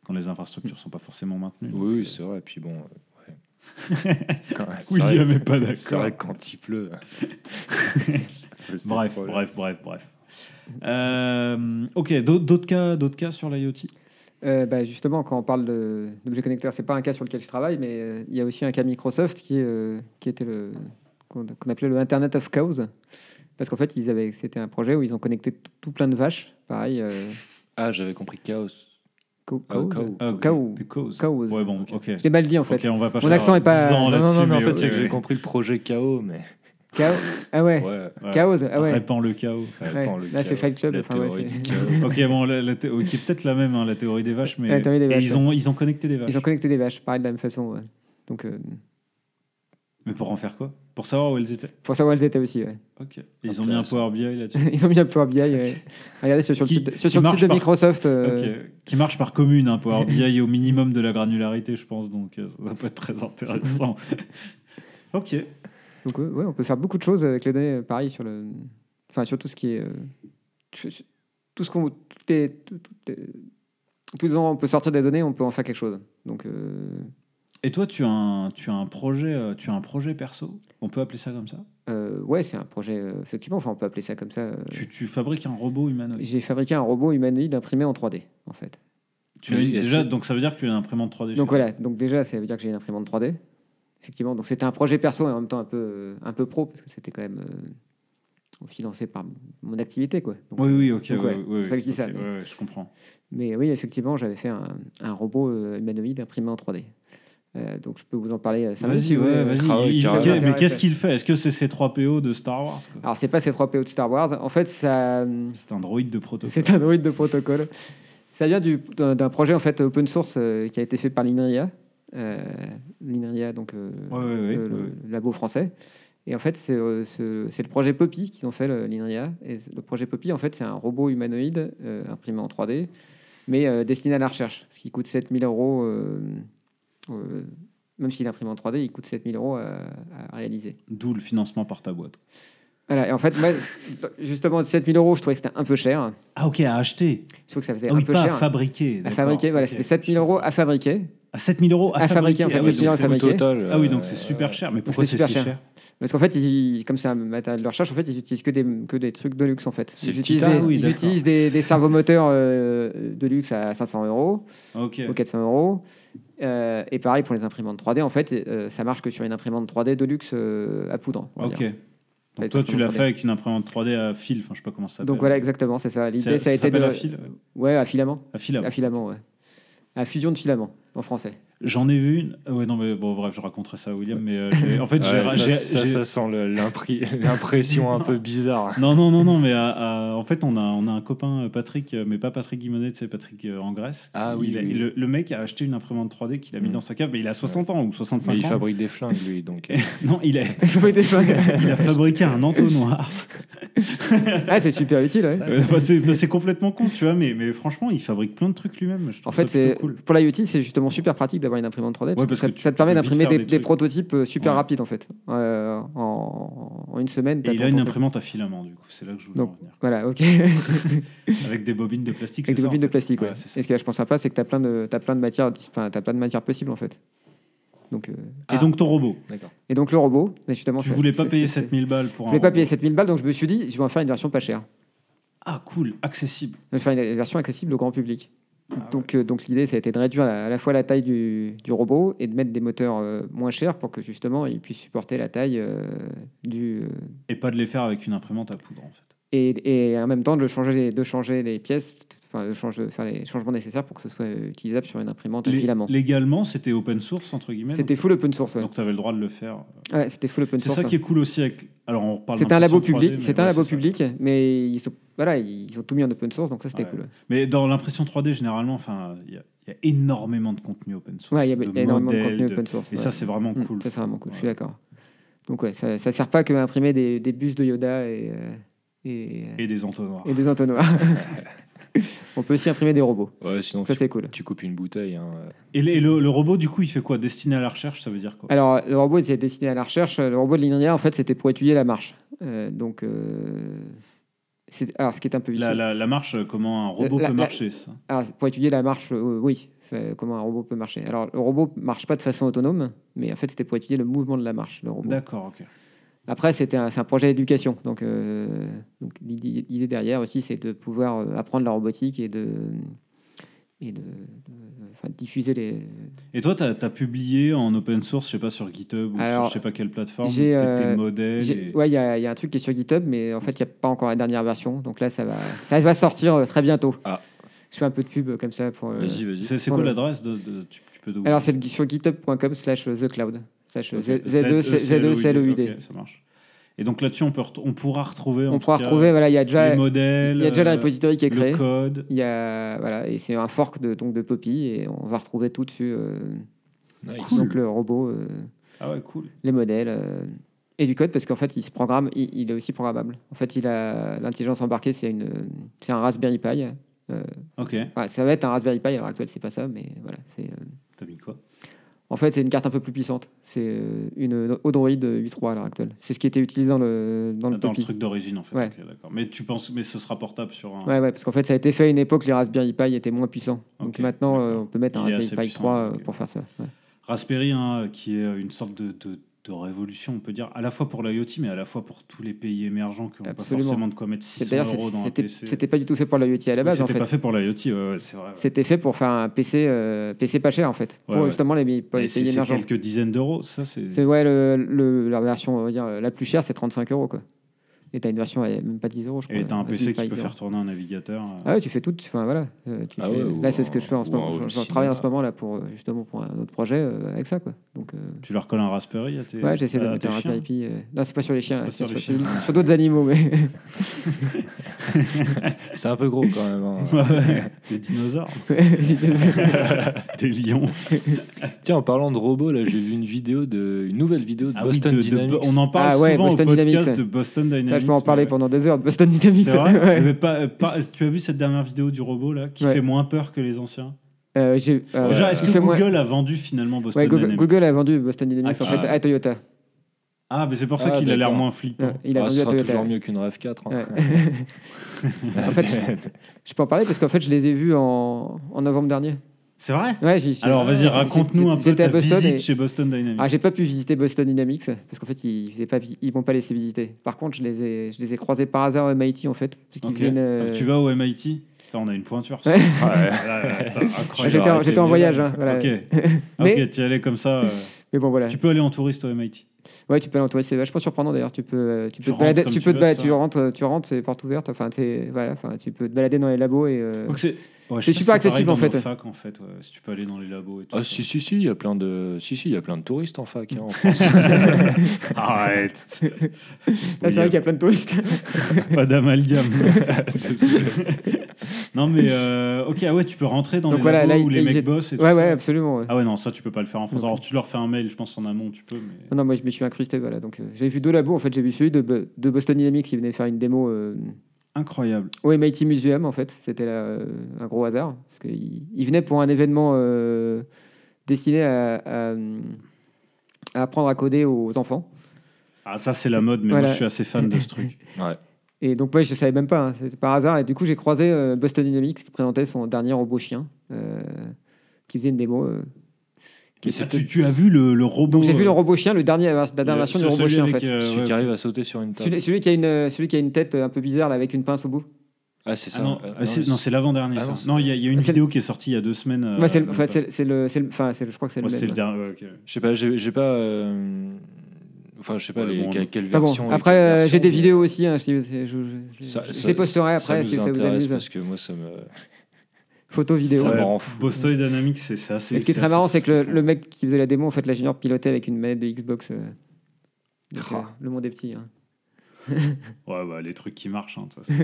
S1: quand les infrastructures sont pas forcément maintenues.
S3: Oui, oui, c'est vrai. Puis bon. euh, ouais. Quand- c'est vrai-
S1: William est pas
S3: C'est
S1: d'accord.
S3: vrai que quand il pleut. hein.
S1: Bref, bref, bref, bref. Euh, ok, d'autres d'autres cas, d'autres cas sur l'IoT
S4: Euh, bah, justement, quand on parle de- d'objets connecteurs, c'est pas un cas sur lequel je travaille, mais euh, il y a aussi un cas Microsoft qui, euh, qui était le qu'on qu'on appelait le Internet of Cows, parce qu'en fait, ils avaient c'était un projet où ils ont connecté t- tout plein de vaches, pareil. euh,
S3: Ah, j'avais compris chaos.
S4: co-
S3: Ah,
S4: cows,
S3: cow.
S1: Ah,
S4: Cows.
S1: des causes.
S4: Cows.
S1: Ouais, bon, ok.
S4: Je l'ai mal dit en fait.
S1: Ok, on va pas
S4: Mon
S1: faire
S4: accent est pas-
S1: 10 ans
S3: Non, non,
S1: là-dessus,
S3: non, mais en
S1: mais
S3: fait,
S1: ouais,
S3: c'est que
S1: ouais,
S3: j'ai compris le projet chaos, mais.
S4: Cow- Ah ouais.
S3: Ouais.
S1: ouais.
S4: Cows. Ah ouais.
S1: Répand le chaos.
S4: Ouais.
S3: Attends, le
S4: Là,
S3: chaos,
S4: c'est Fight Club,
S3: la
S4: enfin, ouais,
S3: théorie
S4: c'est-
S3: du chaos.
S1: Ok, bon, la, la thé- ok, peut-être la même, hein, la théorie des vaches, mais
S4: La théorie des
S1: et
S4: vaches,
S1: ils, ont, ils ont connecté des vaches.
S4: Ils ont connecté des vaches, pareil de la même façon. ouais. Donc euh,
S1: Mais pour en faire quoi Pour savoir où elles étaient.
S4: pour savoir où elles étaient aussi. ouais.
S1: Ok. Et Ils ont mis un Power BI là-dessus.
S4: Ils ont mis un Power BI. ouais. Regardez sur, sur
S1: Qui-
S4: le site, de- sur-
S1: qui
S4: sur le
S1: marche
S4: site de
S1: par-
S4: Microsoft. euh,
S1: Ok. Qui marche par commune, hein, Power BI au minimum de la granularité, je pense, donc euh, ça va pas être très intéressant. ok.
S4: Donc euh, ouais, on peut faire beaucoup de choses avec les données, euh, pareil sur le, enfin sur tout ce qui est, euh, sur- sur- tout ce qu'on, toutes les, tout- toutes les- tous les ans, on peut sortir des données, on peut en faire quelque chose. Donc euh,
S1: Et toi, tu as un, tu as un projet, euh, tu as un projet perso On peut appeler ça comme ça
S4: euh, ouais, c'est un projet euh, effectivement. Enfin, on peut appeler ça comme ça. euh.
S1: tu, tu fabriques un robot humanoïde.
S4: J'ai fabriqué un robot humanoïde imprimé en 3D en fait.
S1: Tu as
S3: Oui,
S1: une-
S3: et
S1: déjà,
S3: c'est-
S1: donc ça veut dire que tu as une imprimante 3D.
S4: Donc
S1: chez toi.
S4: voilà. Donc déjà, ça veut dire que j'ai une imprimante 3D. Effectivement. Donc c'était un projet perso et en même temps un peu, euh, un peu pro parce que c'était quand même euh, financé par mon activité quoi. Donc,
S1: Oui, oui, ok.
S4: Donc,
S1: ouais, ouais,
S4: ouais, c'est pour ça que je dis
S1: ok,
S4: ça,
S1: ouais,
S4: mais-
S1: ouais, je comprends.
S4: Mais oui, effectivement, j'avais fait un, un robot euh, humanoïde imprimé en 3D. Euh, donc je peux vous en parler. euh, cinq minutes, si
S1: Vas-y,
S4: vous
S1: ouais,
S4: voulez.
S1: vas-y.
S3: Ah ouais,
S1: Il-
S3: carrément.
S1: ok,
S4: Ça
S1: mais
S4: m'intéresse.
S1: qu'est-ce qu'il fait Est-ce que c'est ces 3 PO de Star Wars quoi
S4: Alors c'est pas ces 3PO de Star Wars. En fait, ça, euh,
S1: C'est un droïde de protocole.
S4: c'est un droïde de protocole. Ça vient du- d'un d'un projet en fait open source euh, qui a été fait par l'INRIA. Euh, L'INRIA, donc euh,
S1: Ouais, ouais, ouais,
S4: le, le
S1: ouais.
S4: labo français. Et en fait, c'est euh, ce- c'est le projet Poppy qu'ils ont fait, le- l'INRIA. Et le projet Poppy, en fait, c'est un robot humanoïde euh, imprimé en 3D, mais euh, destiné à la recherche, ce qui coûte 7000 euros. euh, euh, même s'il est imprimé en 3D, il coûte 7000 euros à, à réaliser.
S1: D'où le financement par ta boîte.
S4: Voilà, et en fait, moi, justement, 7000 euros, je trouvais que c'était un peu cher.
S1: Ah, ok, à acheter.
S4: Je trouve que ça faisait
S1: Ah oui,
S4: un peu
S1: pas
S4: cher. hein.
S1: à fabriquer.
S4: à
S1: d'accord.
S4: fabriquer, voilà,
S1: Ok.
S4: c'était 7000 euros à fabriquer.
S1: Ah, 7000 euros à,
S4: à fabriquer,
S1: fabriquer.
S4: en fait,
S1: ah,
S4: c'est
S1: oui,
S4: bien
S1: donc
S4: à
S1: c'est-
S4: fabriquer.
S3: Au total,
S1: ah oui,
S3: euh,
S1: donc c'est super cher. Mais pourquoi c'est
S4: super
S1: si
S4: cher.
S1: cher
S4: Parce qu'en fait, ils- comme c'est un matériel de recherche, en fait, ils utilisent que des, que des trucs de luxe, en fait.
S3: C'est
S4: Ils
S3: le
S4: utilisent,
S1: Titan,
S4: des,
S1: oui,
S4: ils
S1: d'accord.
S4: utilisent des, des servomoteurs euh, de luxe à 500 euros
S1: Ok.
S4: ou 400 euros. Euh, et pareil pour les imprimantes 3D, en fait, euh, ça marche que sur une imprimante 3D de luxe euh, à poudre. on va
S1: Ok.
S4: dire.
S1: Donc
S4: Avec
S1: toi, tu l'as
S4: l'imprimante
S1: fait avec une imprimante 3D à fil. Enfin, je sais pas comment ça s'appelle.
S4: Donc voilà, exactement, c'est ça. L'idée,
S1: Ça,
S4: ça a été
S1: s'appelle
S4: de.
S1: à fil. ouais.
S4: Ouais, à filament.
S1: À fil. ah.
S4: À filament, ouais. À fusion de filament, en français.
S1: J'en ai vu une. euh, Ouais, non, mais bon, bref, je raconterai ça à William. Mais euh, j'ai- en fait, j'ai-
S3: Ouais,
S1: j'ai-
S3: ça, ça-
S1: j'ai-
S3: ça sent le- l'impri- l'impression un peu bizarre.
S1: Non, non, non, non, mais à- à- en fait, on a, on a un copain, euh, Patrick, euh, mais pas Patrick Guimonet, c'est Patrick euh, en Grèce.
S3: Ah
S1: Il a- Le, le mec a acheté une imprimante 3D qu'il a mis
S3: Mm.
S1: dans sa cave, mais il a 60 ans ou 65
S3: Mais il
S1: ans.
S3: fabrique des flingues, lui, donc. euh,
S1: Non, il a,
S4: Il faut des flingues.
S1: il a fabriqué un entonnoir.
S4: Ah, c'est super utile, ouais.
S1: Euh, bah, c'est bah, c'est complètement con, tu vois, mais, mais franchement, il fabrique plein de trucs lui-même. Je
S4: En
S1: trouve
S4: fait,
S1: ça plutôt
S4: c'est
S1: cool.
S4: pour l'IoT, c'est justement super pratique d'avoir une imprimante 3D. parce que
S1: parce
S4: ça,
S1: que tu
S4: ça te
S1: peux
S4: permet
S1: vite
S4: d'imprimer
S1: faire
S4: des,
S1: des
S4: des
S1: trucs.
S4: prototypes euh, super
S1: Ouais.
S4: rapides en fait. Euh, en, en une semaine,
S1: Et
S4: t'as
S1: il
S4: ton
S1: a une
S4: prototype.
S1: imprimante à filament, du coup, c'est là que je voulais
S4: Donc,
S1: en venir.
S4: Voilà, ok.
S1: Avec des bobines de plastique, c'est
S4: Avec des
S1: ça, en
S4: bobines de
S1: fait.
S4: plastique. ouais.
S1: Ouais, c'est ça.
S4: Et ce qui est vachement sympa, c'est que t'as plein de t'as plein de matières, dis- enfin, t'as plein de matières possibles en fait. Donc euh,
S3: Ah.
S1: Et donc ton robot,
S3: D'accord.
S4: et donc le robot, mais justement.
S1: tu
S4: ça-
S1: voulais pas
S4: ça-
S1: payer
S4: ça-
S1: 7000 balles pour un
S4: Ah. Je voulais pas
S1: robot.
S4: payer 7000 balles, donc je me suis dit, je vais en faire une version pas chère.
S1: Ah cool, accessible.
S4: Je vais faire une version accessible au grand public.
S1: Ah
S4: Donc, euh, donc l'idée, ça a été de réduire la- à la fois la taille du, du robot et de mettre des moteurs euh, moins chers pour que justement il puisse supporter la taille euh, du euh,
S1: Et pas de les faire avec une imprimante à poudre, en fait.
S4: et, et en même temps de changer de changer les pièces, enfin de, changer, de faire les changements nécessaires pour que ce soit euh, utilisable sur une imprimante à
S1: Lé-
S4: filament.
S1: Légalement, c'était open source, entre guillemets.
S4: C'était
S1: donc-
S4: full open source. ouais.
S1: Donc tu avais le droit de le faire.
S4: Ouais, c'était full open
S1: C'est
S4: source.
S1: ça qui
S4: ouais.
S1: est cool aussi avec. Alors on reparle
S4: C'était un labo
S1: d'impression 3D,
S4: public,
S1: mais
S4: c'était un
S1: ouais,
S4: labo
S1: c'est ça.
S4: public, mais ils ont, voilà, ils ont tout mis en open source, donc ça c'était
S1: Ouais.
S4: cool.
S1: Mais dans l'impression 3D, généralement, enfin, il y, a- il y a énormément de contenu open source.
S4: Ouais, il y
S1: de
S4: avait énormément de
S1: modèles,
S4: contenu
S1: de-
S4: open source.
S1: Et
S4: ouais.
S1: ça, c'est vraiment
S4: Mm,
S1: cool.
S4: Ça, c'est vraiment cool, je suis
S1: Ouais.
S4: d'accord. Donc, ouais, ça, ça sert pas que à imprimer des, des bus de Yoda et, euh, et,
S1: Et des entonnoirs.
S4: et des entonnoirs. On peut aussi imprimer des robots.
S3: Ouais, sinon,
S4: Ça,
S3: tu,
S4: c'est cool.
S3: tu coupes une bouteille. hein.
S1: Et, le- et le, le robot, du coup, il fait quoi Destiné à la recherche, ça veut dire quoi
S4: Alors, le robot, il est destiné à la recherche. Le robot de l'INRIA, en fait, c'était pour étudier la marche. Euh, donc, euh, c'est- alors, ce qui est un peu
S1: la,
S4: vicieux,
S1: la- la marche, euh, comment un robot
S4: La-
S1: peut
S4: la-
S1: marcher, ça
S4: Alors, pour étudier la marche, euh, oui, euh, comment un robot peut marcher. Alors, le robot marche pas de façon autonome, mais en fait, c'était pour étudier le mouvement de la marche, le robot.
S1: D'accord, ok.
S4: Après, c'était un, c'est un projet d'éducation. Donc, euh, donc l'idée l'idée derrière aussi, c'est de pouvoir euh, apprendre la robotique et de, et de, de- enfin, diffuser les.
S1: Et toi, tu as, publié en open source, je sais pas, sur GitHub ou sur
S4: Alors,
S1: je sais pas quelle plateforme,
S4: j'ai,
S1: peut-être
S4: euh,
S1: des modèles.
S4: J'ai-
S1: et-
S4: Ouais, il y, a il y a un truc qui est sur GitHub, mais en fait, il n'y a pas encore la dernière version. Donc là, ça va, ça va sortir euh, très bientôt.
S3: Ah.
S4: Je fais un peu de pub euh, comme ça pour. euh,
S3: Vas-y, vas-y.
S1: C'est c'est
S4: Pour
S1: quoi
S4: le-
S1: l'adresse de, de- tu, tu peux nous-
S4: Alors, c'est le- sur github.com/slash euh, the cloud. Slash euh,
S1: Ok.
S4: E
S1: E
S4: Z2CLOID.
S1: Ok, ça marche. Et donc là-dessus, on, peut ret- on pourra retrouver. en
S4: On
S1: tout
S4: pourra
S1: cas,
S4: retrouver, voilà, il y a déjà,
S1: les
S4: il
S1: modèles,
S4: y a déjà le
S1: euh,
S4: repository qui est créé.
S1: le code.
S4: Il y a, voilà, et c'est un fork de, donc de Poppy, et on va retrouver tout dessus. euh,
S3: Nice.
S4: Donc le robot, euh,
S1: Ah ouais, cool.
S4: les modèles euh, et du code, parce qu'en fait, il se programme, il, il est aussi programmable. En fait, il a l'intelligence embarquée, c'est une, c'est un Raspberry Pi. euh,
S1: Ok.
S4: enfin, ça va être un Raspberry Pi à l'heure actuelle, c'est pas ça, mais voilà. C'est, euh,
S1: T'as mis quoi
S4: en fait, c'est une carte un peu plus puissante. C'est euh, une Odroid 8.3 à l'heure actuelle. C'est ce qui était utilisé dans le dans
S1: Dans
S4: le
S1: le,
S4: Poppy.
S1: truc d'origine, en fait.
S4: Ouais.
S1: Ok, d'accord. Mais tu penses, mais ce sera portable sur un.
S4: Ouais, ouais, parce qu'en fait, ça a été fait à une époque, les Raspberry Pi étaient moins puissants. Donc
S1: Ok,
S4: maintenant, euh,
S1: d'accord.
S4: on peut mettre un
S1: Il est assez
S4: Raspberry Pi
S1: puissant,
S4: 3 euh,
S1: ok.
S4: pour faire ça. ouais.
S1: Raspberry, hein, qui est une sorte de, de- de révolution, on peut dire, à la fois pour l'IoT, mais à la fois pour tous les pays émergents qui n'ont pas
S4: Absolument.
S1: forcément de quoi mettre
S4: C'est-
S1: 600
S4: D'ailleurs,
S1: euros
S4: c'est-
S1: dans un
S4: c'était
S1: PC.
S4: c'était pas du tout fait pour l'IoT à la
S1: Oui,
S4: base.
S1: C'était
S4: en fait.
S1: pas fait pour l'IoT, ouais, ouais, c'est vrai. ouais.
S4: C'était fait pour faire un PC, euh, PC pas cher en fait,
S1: Ouais,
S4: pour
S1: ouais.
S4: justement les, pour les
S1: Et c'est
S4: pays
S1: c'est
S4: émergents.
S1: quelques dizaines d'euros, ça c'est.
S4: C'est ouais, le, le- la version on va dire, la plus chère, c'est 35 euros quoi. Et t'as une version à même pas 10 euros, je crois.
S1: Et t'as un
S4: Raspberry
S1: PC
S4: Pi
S1: qui peut
S4: 10
S1: faire tourner un navigateur. euh.
S4: Ah ouais, tu fais tout, tu- enfin voilà. euh, tu
S3: Ah ouais,
S4: fais-
S3: ou
S4: là, c'est ce que
S3: un-
S4: je fais en ce
S3: ou
S4: moment.
S3: un
S4: Je-
S3: home
S4: Je, travaille en ce
S3: cinéma.
S4: moment là pour euh, justement pour un autre projet euh, avec ça quoi. Donc euh,
S1: Tu leur colles un Raspberry à tes.
S4: ouais, j'essaie de
S1: à
S4: mettre
S1: tes
S4: un
S1: chiens.
S4: Raspberry Pi. euh, Non, c'est pas sur les chiens,
S1: pas sur
S4: c'est sur,
S1: les chiens.
S4: sur d'autres animaux, mais
S3: C'est un peu gros quand même. hein.
S1: Ouais, des dinosaures, des lions.
S3: Tiens, en parlant de robots, là, j'ai vu une vidéo de, une nouvelle vidéo de
S1: Ah oui,
S3: Boston
S1: de- de-
S3: Dynamics.
S1: on en parle
S4: Ah ouais,
S1: souvent
S4: Boston
S1: au podcast
S4: Dynamics.
S1: de Boston Dynamics.
S4: ça, je peux en
S1: mais
S4: parler
S1: ouais.
S4: pendant des heures. Boston Dynamics.
S1: C'est vrai
S4: ouais.
S1: Mais pas- pas- Tu as vu cette dernière vidéo du robot là qui
S4: Ouais.
S1: fait moins peur que les anciens
S4: Euh, j'ai- euh,
S1: Déjà, est-ce
S4: il
S1: que
S4: fait moins-
S1: Google a vendu finalement Boston
S4: Ouais, Google,
S1: Dynamics
S4: Google a vendu Boston Dynamics
S1: Ah,
S4: en fait
S3: ah.
S4: à Toyota.
S1: Ah, mais c'est pour ça
S3: Ah,
S1: qu'il a l'air
S3: d'accord.
S1: moins flippant.
S4: Ouais, il a
S3: Ah,
S4: vendu
S3: ce
S4: à
S3: sera
S4: Toyota.
S3: toujours mieux qu'une RAV4. hein.
S4: Ouais. en fait, je peux en parler parce qu'en fait, je les ai vus en, en novembre dernier.
S1: C'est vrai
S4: Ouais, j'y- j'y-
S1: Alors vas-y,
S4: j'y-
S1: raconte-nous un peu
S4: j'étais
S1: ta
S4: à Boston
S1: visite
S4: et-
S1: chez Boston Dynamics.
S4: Ah, j'ai pas pu visiter Boston Dynamics parce qu'en fait, ils faisaient pas, vi- ils m'ont pas laissé visiter. Par contre, je les ai, je les ai croisés par hasard à MIT en fait, parce qu'ils
S1: Ok.
S4: viennent, euh,
S1: Donc, tu vas au MIT Putain, on a une pointure.
S4: Ouais.
S3: Ouais.
S1: Ah, là, là, putain,
S4: Ouais,
S1: incroyable.
S4: J'étais en,
S3: arrêté
S4: j'étais en
S3: mes
S4: voyage, hein, voilà.
S1: Ok,
S4: Mais-
S1: ok, tu y allais comme ça. euh.
S4: mais bon voilà.
S1: Tu peux aller en touriste au MIT.
S4: Ouais, tu peux aller en touriste, c'est vachement surprenant d'ailleurs. Tu peux, euh, tu
S1: Tu
S4: peux, te
S1: rentres
S4: balader,
S1: comme
S4: tu
S1: tu
S4: peux te
S1: veux,
S4: balader,
S1: ça.
S4: tu rentres, euh, tu rentres, c'est porte ouverte. Enfin, t'es- voilà, enfin, tu peux te balader dans les labos et. euh,
S1: Donc c'est Ouais, je
S4: C'est
S1: sais
S4: super
S1: pas si pareil
S4: accessible,
S1: dans
S4: en fait.
S1: nos facs, en fait. ouais. Si tu peux aller dans les labos et tout.
S3: Ah
S1: ça.
S3: si si si, il y a plein de si si, il y a plein de touristes en fac hein, en France.
S1: Arrête.
S4: Ah, c'est vrai qu'il y a plein de touristes.
S1: Pas d'amalgame. non mais euh, ok ah ouais tu peux rentrer dans
S4: Donc
S1: les
S4: voilà,
S1: labos
S4: là,
S1: où les
S4: ils
S1: mecs
S4: étaient-
S1: bossent et tout
S4: ouais, ouais,
S1: ça.
S4: absolument. ouais.
S1: Ah ouais non ça tu peux pas le faire en France.
S4: Ok.
S1: Alors tu leur fais un mail je pense en amont tu peux mais.
S4: Non, non, moi je me suis incrusté. Voilà. Donc, euh, j'avais vu deux labos. En fait, j'ai vu celui de, Bo- de Boston Dynamics qui venait faire une démo euh,
S1: Incroyable.
S4: au MIT Museum. En fait, c'était là, euh, un gros hasard parce qu'il il venait pour un événement euh, destiné à, à, hum, à apprendre à coder aux enfants.
S1: Ah ça c'est la mode mais
S4: Voilà.
S1: moi je suis assez fan de ce truc.
S4: Et donc, moi, je savais même pas. hein, c'était par hasard. Et du coup, j'ai croisé euh, Boston Dynamics qui présentait son dernier robot chien, euh, qui faisait une démo. euh, qui
S1: Mais ça,
S4: était-
S1: tu, tu as vu le, le robot
S4: Donc,
S3: Oh.
S4: j'ai vu le
S1: euh,
S4: robot chien, le dernier, la dernière
S1: le-
S4: version du
S1: ce-
S4: robot
S1: celui
S4: chien en
S1: avec,
S4: fait.
S1: euh,
S3: Celui
S1: ouais.
S3: qui arrive à sauter sur une table.
S4: Celui, celui qui a une, euh, celui qui a une tête un peu bizarre là, avec une pince au bout.
S3: Ah c'est
S1: Ah
S3: ça.
S1: non,
S3: Euh,
S1: ah, c'est-
S3: mais
S1: non, c'est l'avant-dernier
S3: Ah
S1: ça.
S3: non, c'est-
S1: Non, il y, a- il y a une
S4: Ah, c'est le-
S1: vidéo qui est sortie il y a deux semaines.
S3: Ah,
S1: euh,
S4: Ouais, c'est le,
S1: même
S4: en fait,
S1: pas.
S4: c'est- c'est le, c'est le- enfin, c'est le- je crois que c'est le
S1: Ouais, c'est
S4: même.
S1: le dernier. ouais, ok.
S3: Je sais pas, j'ai j'ai pas. euh, Enfin, je sais pas
S1: Ouais,
S3: les-
S1: bon,
S3: quelle,
S1: on-
S3: quelle
S4: Enfin bon,
S3: version. et
S4: après,
S3: quelle
S4: euh,
S3: version,
S4: j'ai des
S3: mais
S4: vidéos aussi. hein, je, je- je- je-
S3: ça-
S4: je
S3: ça-
S4: les posterai
S3: ça
S4: après
S3: nous
S4: si ça vous
S3: intéresse
S4: amuse.
S3: Parce que moi, ça me.
S4: Photo, vidéo.
S3: Ça
S1: Ouais,
S3: me rend fou.
S1: Boston Dynamics, c'est c'est assez.
S4: Et ce qui est très
S1: assez
S4: marrant, c'est que le,
S1: kiffant.
S4: le mec qui faisait la démo, en fait, l'ingénieur pilotait avec une manette de Xbox. euh. Donc,
S3: Ah.
S4: euh, le monde est petit. hein.
S1: Ouais, bah, les trucs qui marchent. hein, de toute façon.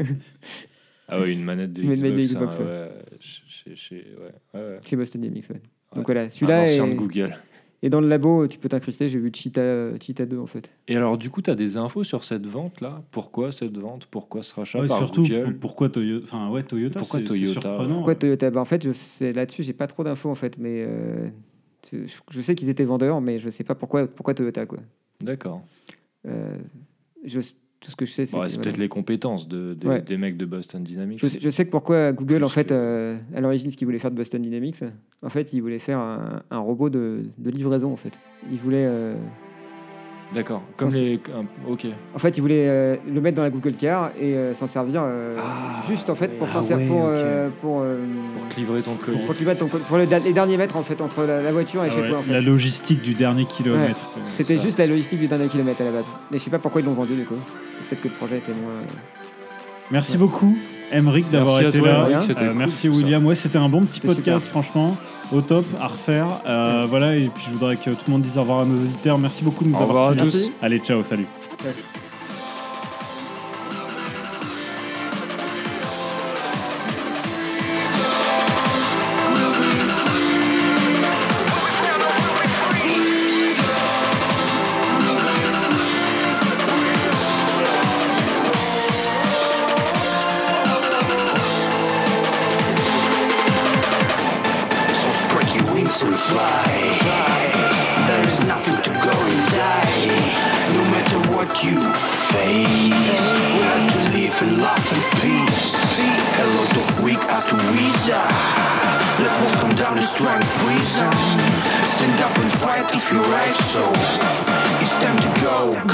S3: Ah ouais, une manette de
S4: Une
S3: Xbox.
S4: manette de
S3: hein,
S4: Xbox, ouais.
S3: ouais. chez- chez- ouais, ouais, ouais.
S4: C'est Boston Dynamics. ouais.
S3: Ouais.
S4: Donc voilà,
S3: Un
S4: celui-là.
S3: ancien de
S4: est-
S3: Google.
S4: Et dans le labo, tu peux t'incruster. J'ai vu Cheetah, euh, Cheetah 2 en fait.
S3: Et alors, du coup, tu as des infos sur cette vente là Pourquoi cette vente Pourquoi ce rachat
S1: Ouais,
S3: par
S1: surtout,
S3: Google
S1: pour- pourquoi Toyota Enfin, ouais, Toyota,
S3: Pourquoi
S1: c'est c'est
S3: Toyota
S1: surprenant.
S4: Pourquoi Toyota Bah, En fait, je sais- là-dessus, j'ai pas trop d'infos en fait, mais euh, tu- je, je sais qu'ils étaient vendeurs, mais je sais pas pourquoi, pourquoi Toyota quoi.
S3: D'accord.
S4: Euh, je, tout ce que je sais, c'est.
S3: Bon,
S4: que,
S3: c'est
S4: voilà.
S3: peut-être les compétences de, des-
S4: Ouais.
S3: des mecs de Boston Dynamics.
S4: je, sais- je sais que pourquoi Google en
S3: Plus
S4: fait,
S3: que-
S4: euh, à l'origine, ce qu'ils voulaient faire de Boston Dynamics, en fait, ils voulaient faire un, un robot de, de livraison en fait. Ils voulaient, euh,
S3: D'accord. Comme
S4: Ça,
S3: les. un- ok.
S4: en fait, ils voulaient euh, le mettre dans la Google Car et euh, s'en servir euh,
S3: Ah,
S4: juste en fait pour
S3: ouais.
S4: s'en
S1: Ah
S4: servir
S1: ouais,
S4: pour
S1: ok.
S4: euh, pour, euh,
S3: Pour livrer ton colis.
S4: pour qu'il mette ton- pour le- les derniers mètres en fait entre la, la voiture et
S1: Ah
S4: chez
S1: ouais,
S4: toi. en fait.
S1: La logistique du dernier kilomètre. quoi.
S4: C'était
S3: Ça.
S4: juste la logistique du dernier kilomètre à la base. Mais je sais pas pourquoi ils l'ont vendu du coup. Parce que Peut-être que le projet était moins.
S1: Merci beaucoup, Emric, d'avoir
S3: Merci à
S1: été
S3: toi,
S1: là.
S3: Emric,
S1: Euh,
S3: c'était cool,
S1: merci
S3: tout ça.
S1: William. Ouais, c'était un bon petit
S4: C'était
S1: podcast, franchement, au top, à refaire. Euh, Voilà, et puis je voudrais que tout le monde dise au revoir à nos auditeurs. Merci beaucoup de nous
S3: Au revoir
S1: avoir
S3: à
S1: suivis.
S3: tous.
S1: Allez, ciao, salut.
S5: So spread your wings and fly. There is nothing to go and die. No matter what you face, we have to live in love and peace. Hello, dog, weak at the visa. Let walls come down the strength prison. Stand up and fight if you right so. It's time to go, go.